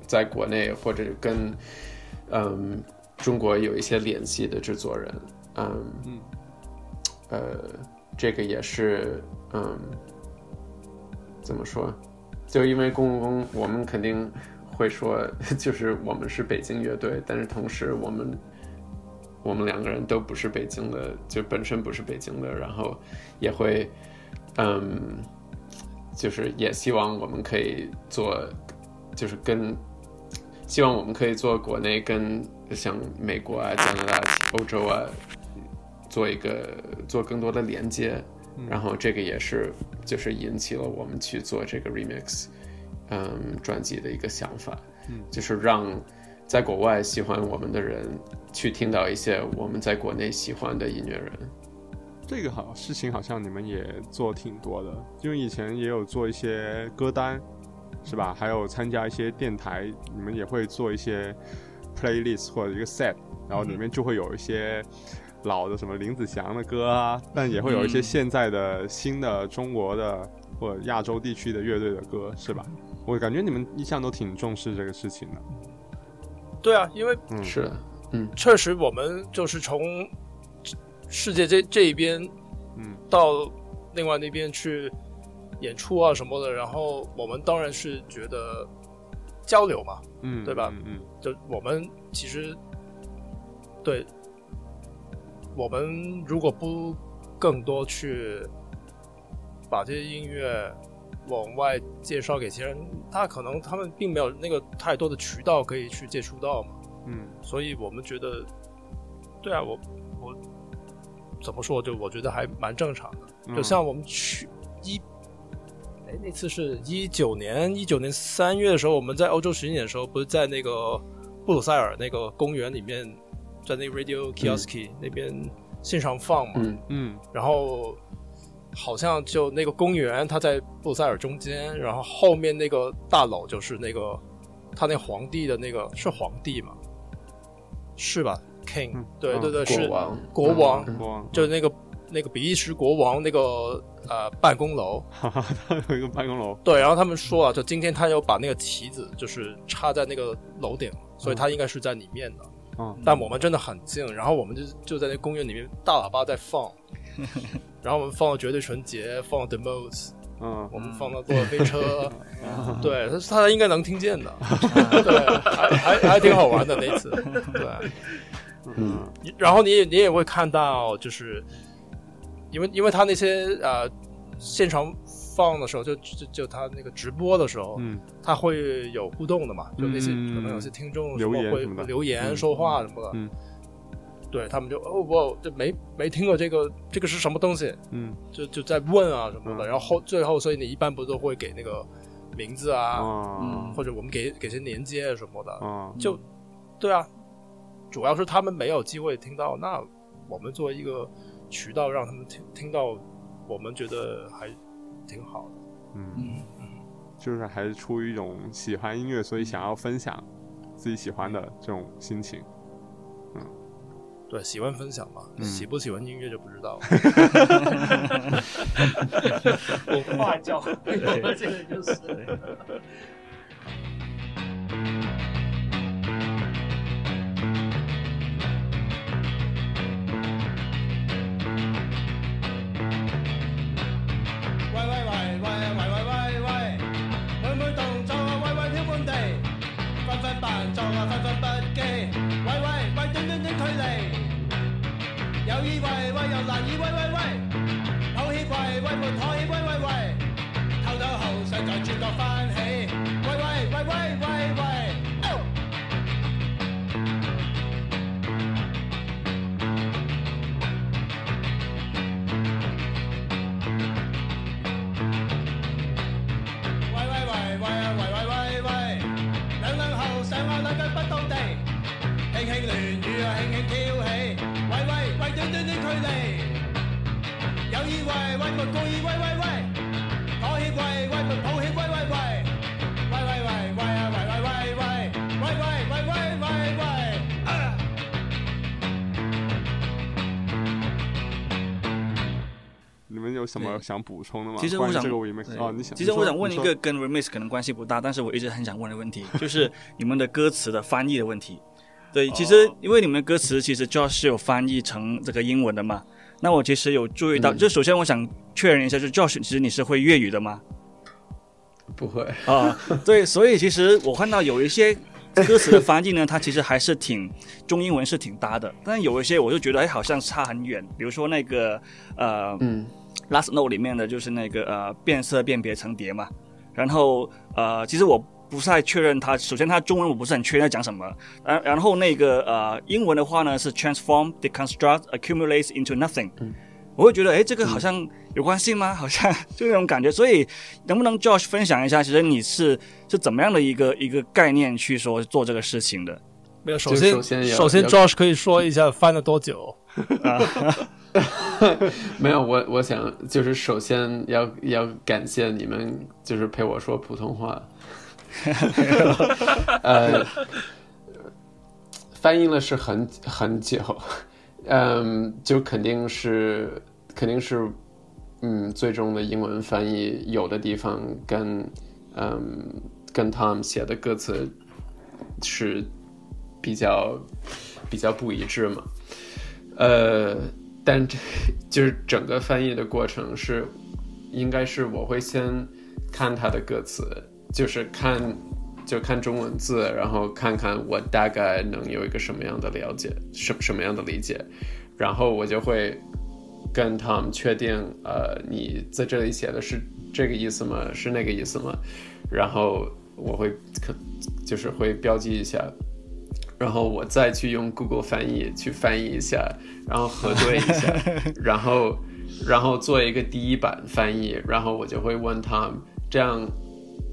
E: 在国内或者跟，嗯，中国有一些联系的制作人，嗯
A: 嗯
E: 呃，这个也是，嗯，怎么说？就因为公共工，我们肯 定会说，就是我们是北京乐队，但是同时我们我们两个人都不是北京的，就本身不是北京的，然后也会，嗯，就是也希望我们可以做，就是跟，希望我们可以做国内跟像美国啊、加拿大、欧洲啊，做一个做更多的连接，然后这个也是就是引起了我们去做这个 remix，嗯，专辑的一个想法，
D: 嗯
E: 就是让在国外喜欢我们的人去听到一些我们在国内喜欢的音乐人。
A: 这个好事情好像你们也做挺多的，因为以前也有做一些歌单，是
D: 嗯
A: 吧？还有参加一些电台，你们也会做一些 playlist 或者一个 set，然后里面就会有一些老的什么林子祥的歌啊，但也会有一些
B: 嗯
A: 现在的新的中国的或者亚洲地区的乐队的歌，是吧？我感觉你们一向都挺重视这个事情的，
D: 对啊，因为
A: 嗯，
E: 是的，
D: 确实我们就是从世界这这一边
A: 嗯
D: 到另外那边去演出啊什么的，然后我们当然是觉得交流嘛，
A: 嗯，
D: 对吧
A: 嗯嗯，
D: 就我们其实对，我们如果不更多去把这些音乐往外介绍给其他人，他可能他们并没有那个太多的渠道可以去接触到嘛，
A: 嗯
D: 所以我们觉得，对啊，我我怎么说，就我觉得还蛮正常的。
A: 嗯，
D: 就像我们去一，哎，那次是一九年，一九年三月的时候，我们在欧洲巡演的时候，不是在那个布鲁塞尔那个公园里面，在那个 Radio Kioski、那边现场放嘛，
E: 嗯
A: 嗯
D: 然后好像就那个公园，它在布鲁塞尔中间，然后后面那个大楼就是那个他那皇帝的那个是皇帝嘛，是吧？King，、
A: 嗯
D: 对
A: 嗯
D: 对对，
E: 国
D: 是
E: 王，
D: 国王
E: 嗯
A: 哇，
D: 就是那个那个比利时国王那个呃办公楼，
A: 哈哈，他有一个办公楼，
D: 对，然后他们说啊，就今天他有把那个旗子就是插在那个楼顶，所以他应该是在里面的。
A: 嗯
D: 但我们真的很近，然后我们就就在那公园里面大喇叭在放，然后我们放了《绝对纯洁》，放了 The Most，
A: 嗯
D: 我们放了《坐飞车》对，他他应该能听见的， 对，还还还挺好玩的那次，对。
E: 嗯
D: 然后你也你也会看到，就是因为因为他那些呃现场放的时候，就就就他那个直播的时候，
A: 嗯
D: 他会有互动的嘛，就那些、
A: 嗯
D: 可能有些听众
A: 留言
D: 会
A: 什么的
D: 留言
A: 嗯
D: 说话什么的，
A: 嗯
D: 对他们就哦哇，这没没听过这个这个是什么东西，
A: 嗯
D: 就就在问啊什么的，
A: 嗯
D: 然后后最后所以你一般不都会给那个名字啊，
A: 啊
B: 嗯
D: 或者我们给给些连接什么的，
A: 啊
D: 就对啊，主要是他们没有机会听到，那我们作为一个渠道让他们听听到，我们觉得还挺好的。
A: 嗯，
B: 嗯，
A: 就是还是出于一种喜欢音乐，所以想要分享自己喜欢的这种心情。
D: 对，喜欢分享嘛，
A: 嗯
D: 喜不喜欢音乐就不知道了。
C: 文化交流，这个就是。
F: 喂喂喂喂喂喂喂喂，每每動作啊喂喂天半地，分分扮作啊分分不羈，喂喂喂短短短距離，有以為喂又難以喂喂喂，抱歉喂喂沒妥協喂喂喂，偷偷好想再轉角翻起，喂喂喂喂喂喂。哦喂喂喂喂啊喂喂喂喂，兩兩後上我兩腳不到地，輕輕亂語啊輕輕挑起，喂喂喂短短短距離，有意喂喂沒故意喂喂喂，妥協喂喂沒抱歉喂喂喂，喂喂喂喂啊喂喂喂喂，喂喂喂喂喂喂啊！
A: 你们有什么
B: 对
A: 想补充的吗？
B: 其实
A: 关
B: 我
A: 于
B: 想
A: 这个 remix
B: 对
A: 哦，你想，
B: 其实
A: 你
B: 我
A: 说
B: 想问一，
A: 你
B: 个
A: 说
B: 跟 remix 可能关系不大，但是我一直很想问的问 题，就是你们的歌词的翻译的问题。对，其实
A: 哦
B: 因为你们的歌词其实 Josh 是有翻译成这个英文的嘛，那我其实有注意到，
E: 嗯
B: 就首先我想确认一下，就是 Josh 其实你是会粤语的吗？
E: 不会，
B: 啊，对，所以其实我看到有一些歌词的翻译呢，它其实还是挺中英文是挺搭的，但有一些我就觉得哎，好像差很远。比如说那个呃，
E: 嗯
B: Last Note 里面的就是那个呃变色、辨别、层叠嘛。然后呃，其实我不太确认它，首先它中文我不是很确认它讲什么。然然后那个呃英文的话呢是 transform, deconstruct, accumulates into nothing
E: 嗯。
B: 我会觉得，哎，这个好像有关系吗？好 像就那种感觉。所以，能不能 Josh 分享一下，其实你是是怎么样的一个一个概念去说做这个事情的？
D: 没有，首
E: 就
D: 先
E: 首先要
D: 首先
E: 要
D: Josh 可以说一下翻了多久？
E: 没有，我我想就是首先要要感谢你们，就是陪我说普通话，呃，翻译了是很很久，嗯，就肯定是肯定是，嗯，最终的英文翻译有的地方跟嗯跟 Tom 写的歌词是比较比较不一致嘛，呃，但这就是整个翻译的过程是，应该是我会先看他的歌词，就是看就看中文字，然后看看我大概能有一个什么样的了解，什什么样的理解，然后我就会跟 Tom 确定，呃，你在这里写的是这个意思吗？是那个意思吗？然后我会可就是会标记一下，然后我再去用 Google 翻译去翻译一下，然后核对一下，然后然后做一个第一版翻译，然后我就会问他这样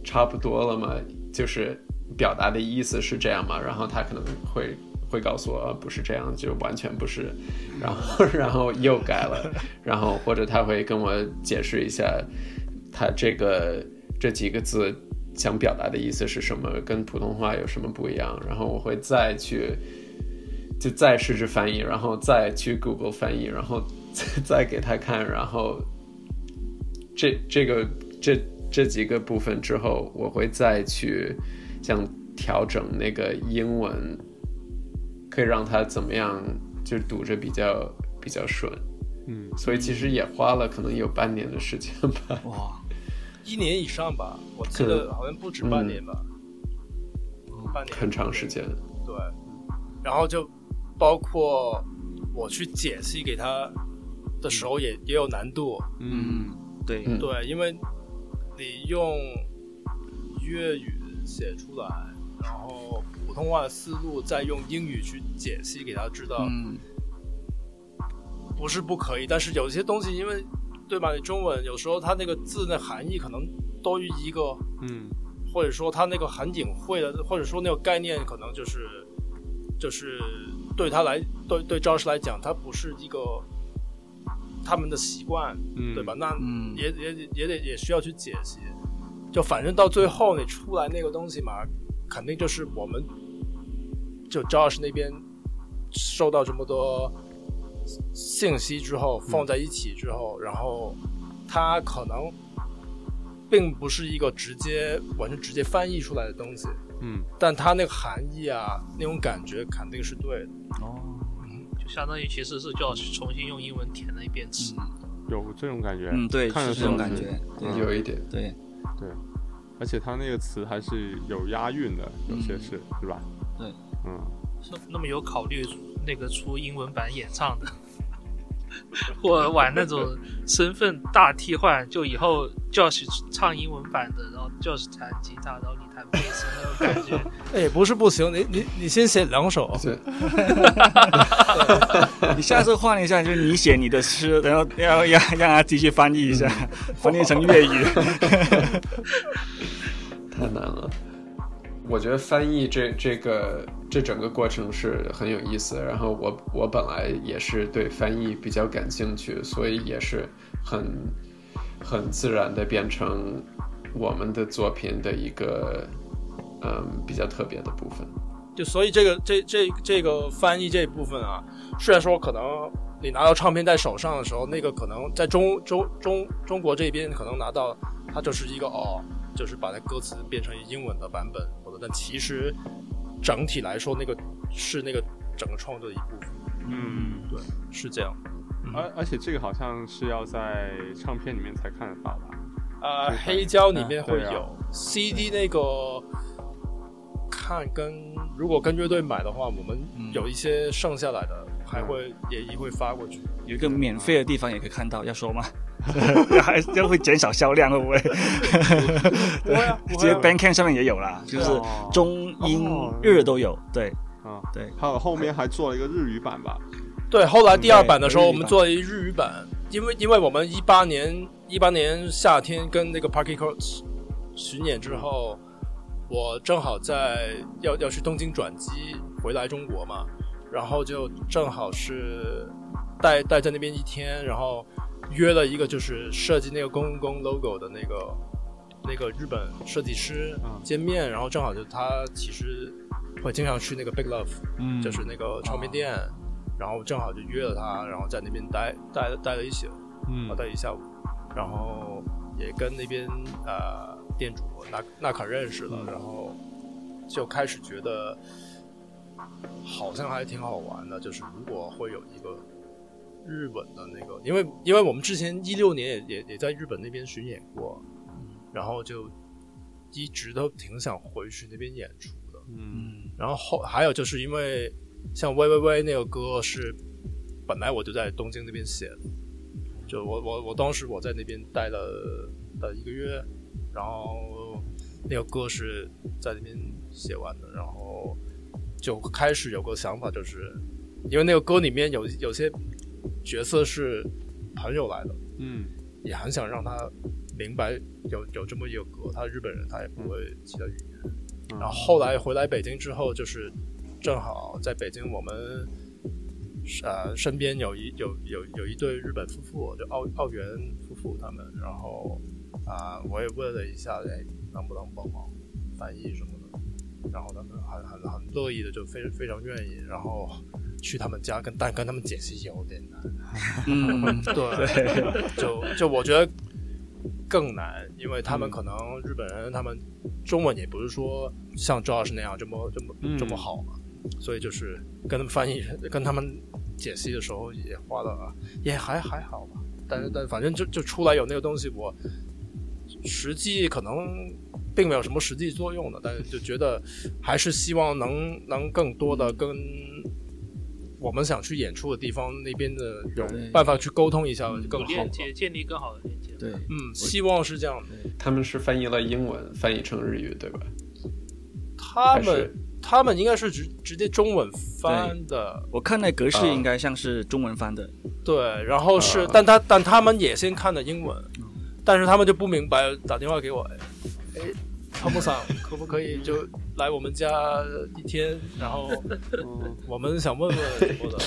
E: 差不多了吗？就是表达的意思是这样吗？然后他可能会会告诉我、呃不是这样，就完全不是，然后 然后又改了，然后或者他会跟我解释一下他这个这几个字想表达的意思是什么，跟普通话有什么不一样，然后我会再去就再试着翻译，然后再去 Google 翻译，然后再 再给他看，然后这这个这这几个部分之后，我会再去想调整那个英文，可以让它怎么样就读着比较比较顺。
A: 嗯，
E: 所以其实也花了可能有半年的时间吧。
B: 哇，
D: 一年以上吧，我记得好像不止半年吧，半年
E: 很长时间，
D: 对。然后就包括我去解析给他的时候也、也有难度，
B: 嗯，对，
E: 嗯
D: 对，因为你用粤语写出来，然后普通话的思路再用英语去解析给他知道，
B: 嗯，
D: 不是不可以，但是有些东西因为对吧，你中文有时候它那个字的含义可能多于一个，
A: 嗯
D: 或者说它那个很隐晦的，或者说那个概念可能就是就是对他来对对 Josh 来讲，他不是一个他们的习惯，
A: 嗯，
D: 对吧？？那
B: 嗯
D: 也也也也得也需要去解析。就反正到最后你出来那个东西嘛，肯定就是我们就 Josh 那边收到这么多信息之后放在一起之后，然后他可能并不是一个直接完全直接翻译出来的东西，
A: 嗯
D: 但他那个含义啊，那种感觉肯定是对的。
B: 哦，
C: 就相当于其实是就要去重新用英文填了一遍词。
A: 有这种感觉。
B: 嗯，对，
A: 看
B: 是
A: 着
B: 这种
A: 像
B: 感
A: 是
B: 觉，对
A: 嗯
E: 有一点，
B: 对，
A: 而且他那个词还是有押韵的，有些是，对吧？
B: 嗯对，
A: 嗯，
C: 那那么有考虑那个出英文版演唱的， 或者玩那种身份大替换，就以后 Josh 唱英文版的，然后 Josh 弹吉他，然后你弹贝斯那种感觉。
D: 哎，不是不行，你你你先写两首，
E: 对，
B: 你下次换一下，就是你写你的诗，然后要让让他继续翻译一下，翻译成粤语。
E: 太难了。我觉得翻译这这个这整个过程是很有意思。然后我我本来也是对翻译比较感兴趣，所以也是很很自然的变成我们的作品的一个嗯比较特别的部分。
D: 就所以这个这这这个翻译这一部分啊，虽然说可能你拿到唱片在手上的时候，那个可能在中中中中国这边可能拿到它就是一个哦，就是把那歌词变成英文的版本，或者但其实整体来说，那个是那个整个创作的一部分，
A: 嗯，
D: 是这样。
A: 而
B: 嗯
A: 而且这个好像是要在唱片里面才看得到吧？
D: 呃，
A: 是的
D: 黑胶里面会
A: 对
D: 有、
A: 啊
D: CD 那个看跟如果跟乐队买的话，我们
B: 嗯
D: 有一些剩下来的，还会也也会发过去。
B: 有一个免费的地方也可以看到，要说吗？还这样会减少销量，会不会？
D: 不会啊，
B: 其
D: 不会
B: 实
D: 啊
B: Bandcamp 上面也有啦，就是
A: 哦
B: 中英
A: 哦
B: 日都有。对，
A: 啊，
B: 对，
A: 还有后面还做了一个日语版吧，
D: 对，后来第二版的时候，
B: 对
D: 我们做了一日语版，因为因为我们一八年一八年夏天跟那个 Parky Coach 巡演之后，我正好在要要去东京转机回来中国嘛，然后就正好是待待在那边一天，然后约了一个就是设计那个公公 logo 的那个那个日本设计师
A: 嗯
D: 见面，然后正好就他其实会经常去那个 Big Love。
A: 嗯哦
D: 就是那个唱片店，然后正好就约了他，然后在那边待待待了一宿，
A: 嗯
D: 啊，待一下午，然后也跟那边呃店主纳纳卡认识
A: 嗯
D: 了，然后就开始觉得好像还挺好玩的，就是如果会有一个日本的那个，因为因为我们之前一六年也也也在日本那边巡演过，
A: 嗯
D: 然后就一直都挺想回去那边演出的。
A: 嗯
B: 嗯，
D: 然后后还有就是因为像喂喂喂那个歌是本来我就在东京那边写的，就我我我当时我在那边待了待了一个月，然后那个歌是在那边写完的，然后就开始有个想法，就是因为那个歌里面有有些角色是朋友来的，
A: 嗯
D: 也很想让他明白有有这么一个歌，他日本人他也不会其他语言。
A: 嗯
D: 然后后来回来北京之后，就是正好在北京我们呃身边有一有有有一对日本夫妇，就澳澳元夫妇他们，然后啊、我也问了一下，哎，能不能帮忙翻译什么的，然后他们很很很乐意的，就非非常愿意，然后去他们家跟但跟他们解释有点难。
B: 嗯，
D: 对，就就我觉得更难，因为他们可能日本人他们中文也不是说像 Josh 那样这么这么
A: 嗯
D: 这么好嘛，所以就是跟他们翻译跟他们解析的时候也花了，也还还好吧，但是但反正就就出来有那个东西，我实际可能。并没有什么实际作用的，但是就觉得还是希望能能更多的跟我们想去演出的地方那边的有
B: 对
D: 办法去沟通一下
B: 嗯
D: 更
C: 有
D: 好
C: 链
D: 吧。
C: 接，建立更好的链接。
B: 对，
D: 嗯，希望是这样的。
E: 他们是翻译了英文，翻译成日语，对吧？
D: 他
E: 还是
D: 们他们应该是直直接中文翻的，
B: 我看那格式
E: 啊
B: 应该像是中文翻的，
D: 对，然后是，
E: 啊
D: 但他但他们也先看的英文，但是他们就不明白，打电话给我，哎，哎汤姆桑可不可以就来我们家一天，然后
A: 嗯
D: 我们想问问什么的，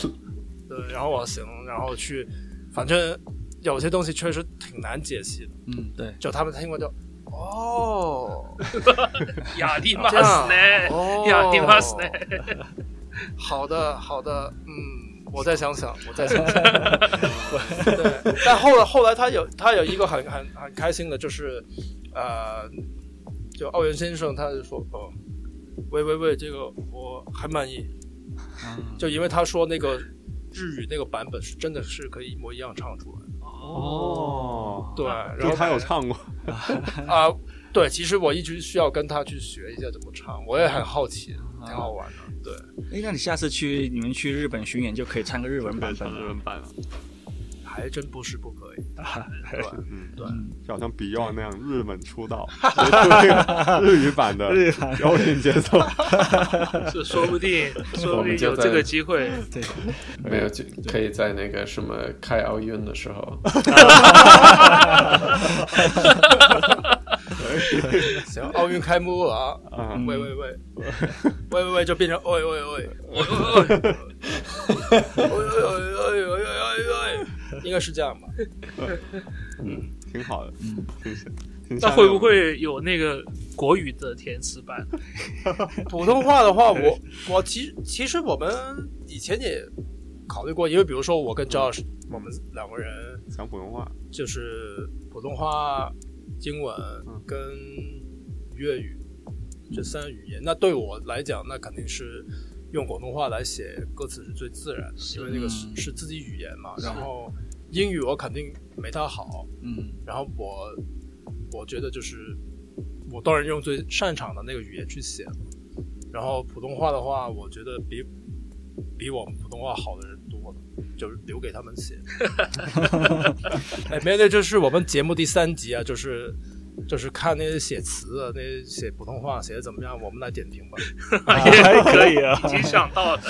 D: 对，然后我行，然后去，反正有些东西确实挺难解析的，
B: 嗯，对，
D: 就他们听过就，哦，
C: 亚历马斯
D: 这样
C: 呢？
D: 哦
C: 亚历马斯呢？
D: 好的，好的，嗯，我再想想，我再想想。对，但后来后来他有他有一个很很很开心的，就是呃，就奥元先生他就说哦，喂喂喂，这个我很满意，
A: 嗯
D: 就因为他说那个日语那个版本是真的是可以一模一样唱出来的。
A: 哦，
D: 对，然
A: 就
D: 后
A: 嗯他有唱过，
D: 啊、对，其实我一直需要跟他去学一下怎么唱，我也很好奇，挺好玩的。对，
B: 哎，那你下次去你们去日本巡演就可以唱个日文版
A: 唱
B: 本
A: 日
B: 了。
A: 文版了，
D: 还真不是 不可以。对。
A: 嗯，
D: 对
B: 嗯，
A: 就好像 Beyond 那样日本出道，所以出那个 日语版的
B: 日语版
A: 摇滚节 奏， 啊
C: 是说不定，说不定有这个机会。
B: 对，
E: 没有，就可以在那个什么开奥运的时候，
D: 行，奥运开幕了啊！
A: 嗯
D: 喂喂喂，喂喂喂，就变成喂喂喂，喂喂喂，喂喂喂喂喂喂，应该是这样吧？
A: 挺好的，
B: 嗯
A: 挺像挺
C: 那
A: 像
C: 会不会有那个国语的填词 版？
D: 普通话的话，我我其实其实我们以前也考虑过，因为比如说我跟 Josh，我们两个人
A: 那种讲普通话？
D: 就是普通话、英文跟粤语这三个语言。那对我来讲，那肯定是用广东话来写歌词是最自然的，因为那个是
B: 嗯
D: 是自己语言嘛。
B: 是
D: 然后英语我肯定没他好，
B: 嗯
D: 然后我我觉得就是我当然用最擅长的那个语言去写了。然后普通话的话，我觉得比比我们普通话好的人多了，就是留给他们写。哎，没有，那就是我们节目第三集啊，就是就是看那些写词啊，那些写普通话写的怎么样，我们来点评吧。
B: 还可以啊，
C: 已经想到了，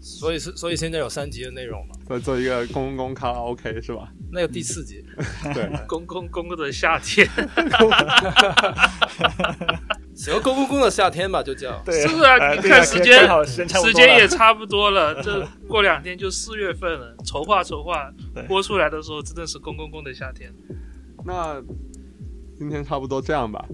D: 所以是，所以现在有三集的内容嘛，
A: 再做一个公公卡拉 OK 是 吧？
D: 那个第四集，
A: 对，
C: 公公公公的夏天，
D: 行，公公公的夏天吧，就叫。
B: 对，
C: 是不是啊
B: 哎
C: 你
B: 对
C: 看
B: 啊
C: 时间
B: 正好时间 差不多
C: 时
B: 了
C: 间也差不多了， 这过两天就四月份了，筹划筹划
B: 对，
C: 播出来的时候真的是公公公的夏天。
A: 那今天差不多这样吧，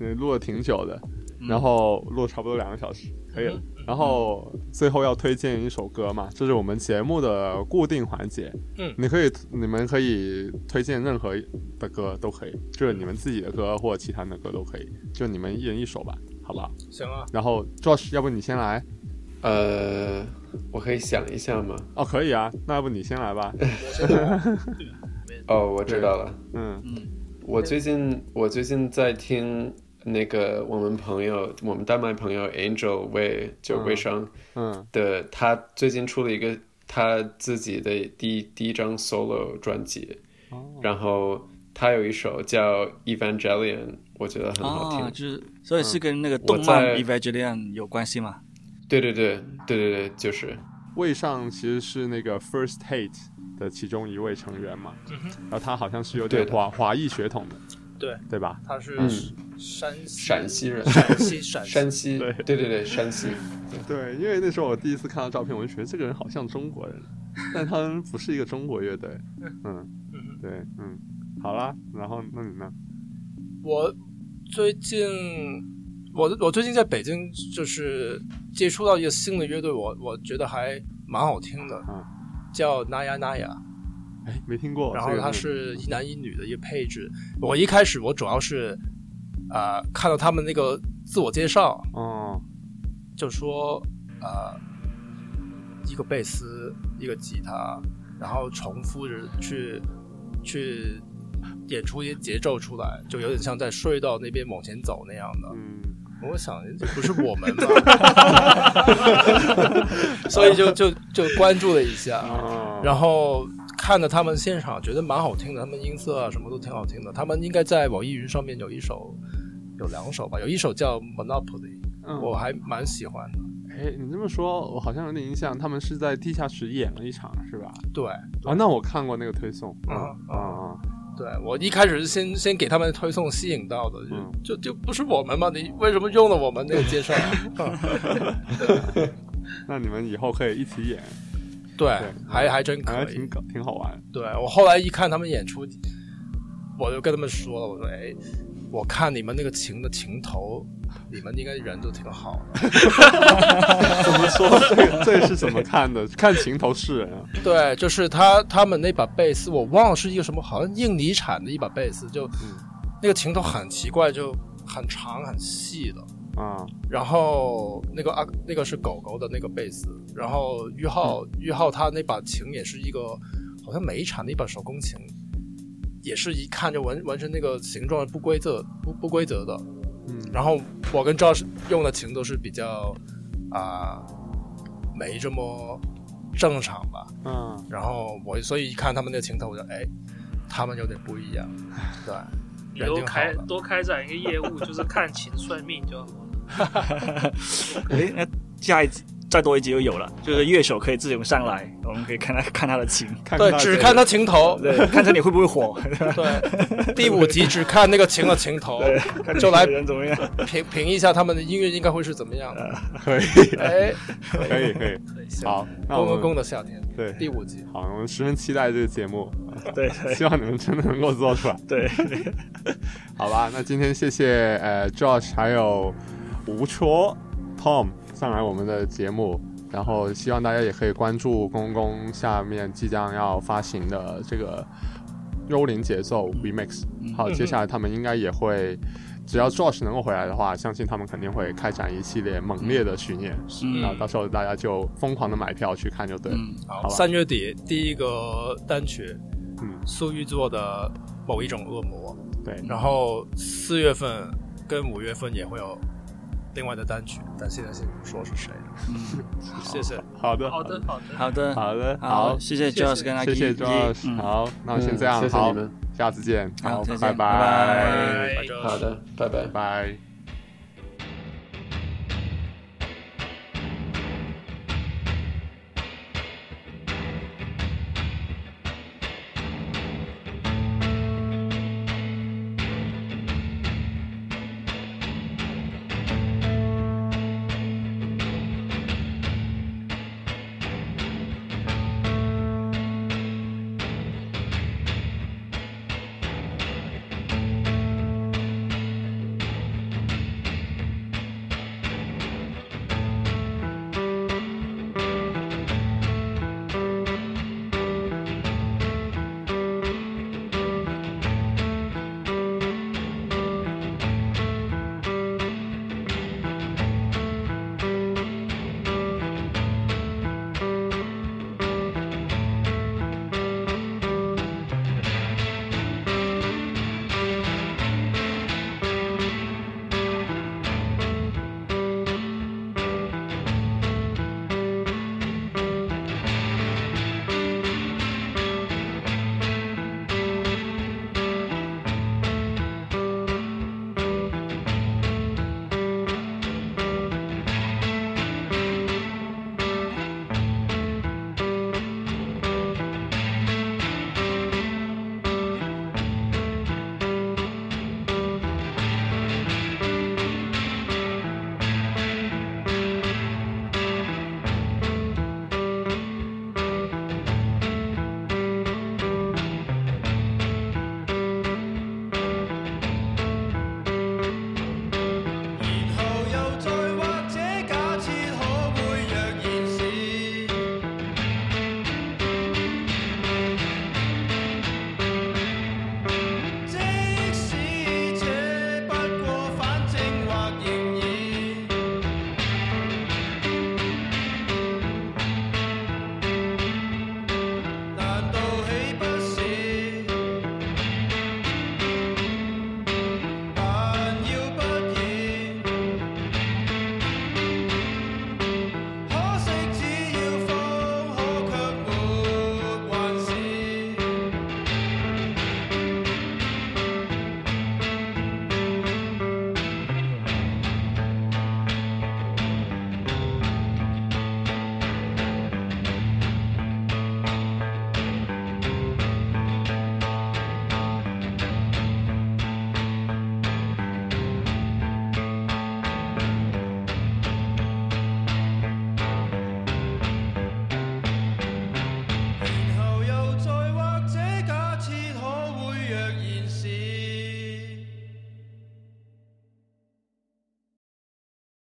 A: 嗯，录了挺久的，然后录了差不多两个小时，可以了。然后最后要推荐一首歌嘛，这是我们节目的固定环节。
D: 嗯
A: 你可以，你们可以推荐任何的歌都可以，就是你们自己的歌或者其他人的歌都可以，就你们一人一首吧，好不好？
D: 行啊，
A: 然后 Josh，要不你先来？
E: 呃，我可以想一下吗？
A: 哦，可以啊，那要不你先来吧。
E: 哦，我知道了。
A: 嗯，
E: 我最近我最近在听那个我们朋友，我们丹麦朋友 Angel 为就微商
A: 嗯
E: 的，他最近出了一个他自己的第第一张 solo 专辑，然后他有一首叫 Evangelion，我觉得很好听
B: 啊，。就是
C: 嗯
B: 所以是跟那个
E: 我
B: 动漫
E: 在
B: 《Evangelion》有关系吗？
E: 对对对对对对，就是
A: 魏尚其实是那个 First Hate 的其中一位成员嘛，然后他好像是有点
E: 对的
A: 华华裔血统的，
D: 嗯对，
A: 对吧？
D: 他是
E: 嗯
D: 山西
E: 陕西 人，
D: 陕西陕西
E: 山西，
A: 对
E: 对对对，山西。
A: 对，因为那时候我第一次看到照片，我就觉得这个人好像中国 人，但他们不是一个中国乐队。嗯，
D: 嗯
A: 对，嗯，好啦，然后那你呢？
D: 我最近，我我最近在北京就是接触到一个新的乐队，我我觉得还蛮好听的，
A: 嗯
D: 叫 Naya Naya。
A: 哎，没听过。
D: 然后
A: 这个
D: 他
A: 名字
D: 是一男一女的一个配置。我一开始我主要是啊、呃看到他们那个自我介绍，
A: 哦，
D: 就说呃一个贝斯，一个吉他，然后重复着去去演出一些节奏出来，就有点像在隧道那边往前走那样的。
A: 嗯，
D: 我想这不是我们吗？所以就就就关注了一下。
A: 哦，
D: 然后看了他们现场，觉得蛮好听的，他们音色啊什么都挺好听的。他们应该在网易云上面有一首，有两首吧，有一首叫《Monopoly》，
A: 嗯
D: 我还蛮喜欢的。
A: 哎，你这么说，我好像有点印象，他们是在地下室演了一场，是吧？
D: 对
A: 啊，那我看过那个推送。嗯
D: 啊
A: 啊啊，
D: 对，我一开始是先先给他们推送吸引到的，就、
A: 嗯
D: 就就不是我们嘛，你为什么用了我们那个 介绍？
A: 嗯那你们以后可以一起演，
D: 对
A: 对，
D: 还还真可
A: 还
D: 以
A: 哎挺。搞挺好玩。
D: 对我后来一看他们演出，我就跟他们说了，我说哎，我看你们那个琴的琴头，你们应该人都挺好的。
A: 怎么说？这个这个是怎么看 的？看情头是人啊。
D: 对，就是他他们那把贝斯，我忘了是一个什么，好像印尼产的一把贝斯，就、那个琴头很奇怪，就很长很细的。
A: 啊，
D: 然后那个啊，那个是狗狗的那个贝斯，然后玉浩、玉浩他那把琴也是一个好像美产的一把手工琴，也是一看就完完全那个形状不规则不不规则的。
A: 嗯，
D: 然后我跟赵是用的琴都是比较啊、没这么正常吧，
A: 啊，
D: 然后我所以一看他们那情头，我就哎，他们有点不一样， 对，
C: 以
D: 人
C: 后
D: 挺好
C: 开
D: 的。
C: 多开展一个业务，就是看琴算命就好了。
B: 哎，那下一集再多一集就有了，就是乐手可以自由上来，我们可以看他看他的琴，
A: 看
D: 对
A: 到，
D: 只
A: 这
D: 看
A: 个
D: 他情头。
B: 对，看着你会不会火，
D: 对，第五集只看那个琴的情头， 就来
B: 人怎么样？
D: 评评一下他们的音乐应该会是怎么样的。
A: 可 以，
D: 哎，
A: 可以，可以。嗯好，那
D: 公
A: 我
D: 公公
A: 们
D: 的夏天
A: 对
D: 第五集，
A: 好，我们十分期待这个节目，
B: 对
A: 希望你们真的能够做出来。
B: 对对，
A: 好吧，那今天谢谢呃 Josh 还有吴戳 Tom 上来我们的节目，然后希望大家也可以关注公公下面即将要发行的这个幽灵节奏 Remix。好，接下来他们应该也会，只要 Josh 能够回来的话，相信他们肯定会开展一系列猛烈的巡演，
B: 嗯
A: 那到时候大家就疯狂的买票去看就对了。
B: 嗯，
A: 吧
D: 好，三月底第一个单曲，
A: 嗯
D: 苏玉做的某一种恶魔，
A: 对，
D: 然后四月份跟五月份也会有另外的单曲，但现在先不说是谁了。 谢谢。
A: 嗯好的，
C: 好的，好的，
B: 好的，
A: 好的，好
B: 好，，谢谢
C: 谢
B: Josh 跟阿
A: 谢谢
B: Key，
A: Josh，
B: 嗯
A: 好，那先这
E: 嗯
A: 样，
E: 谢谢
A: 好
E: 你们，
A: 下次见，
B: 好再见
A: 拜
B: 拜
A: 拜，
E: 好的，拜拜。
A: 拜。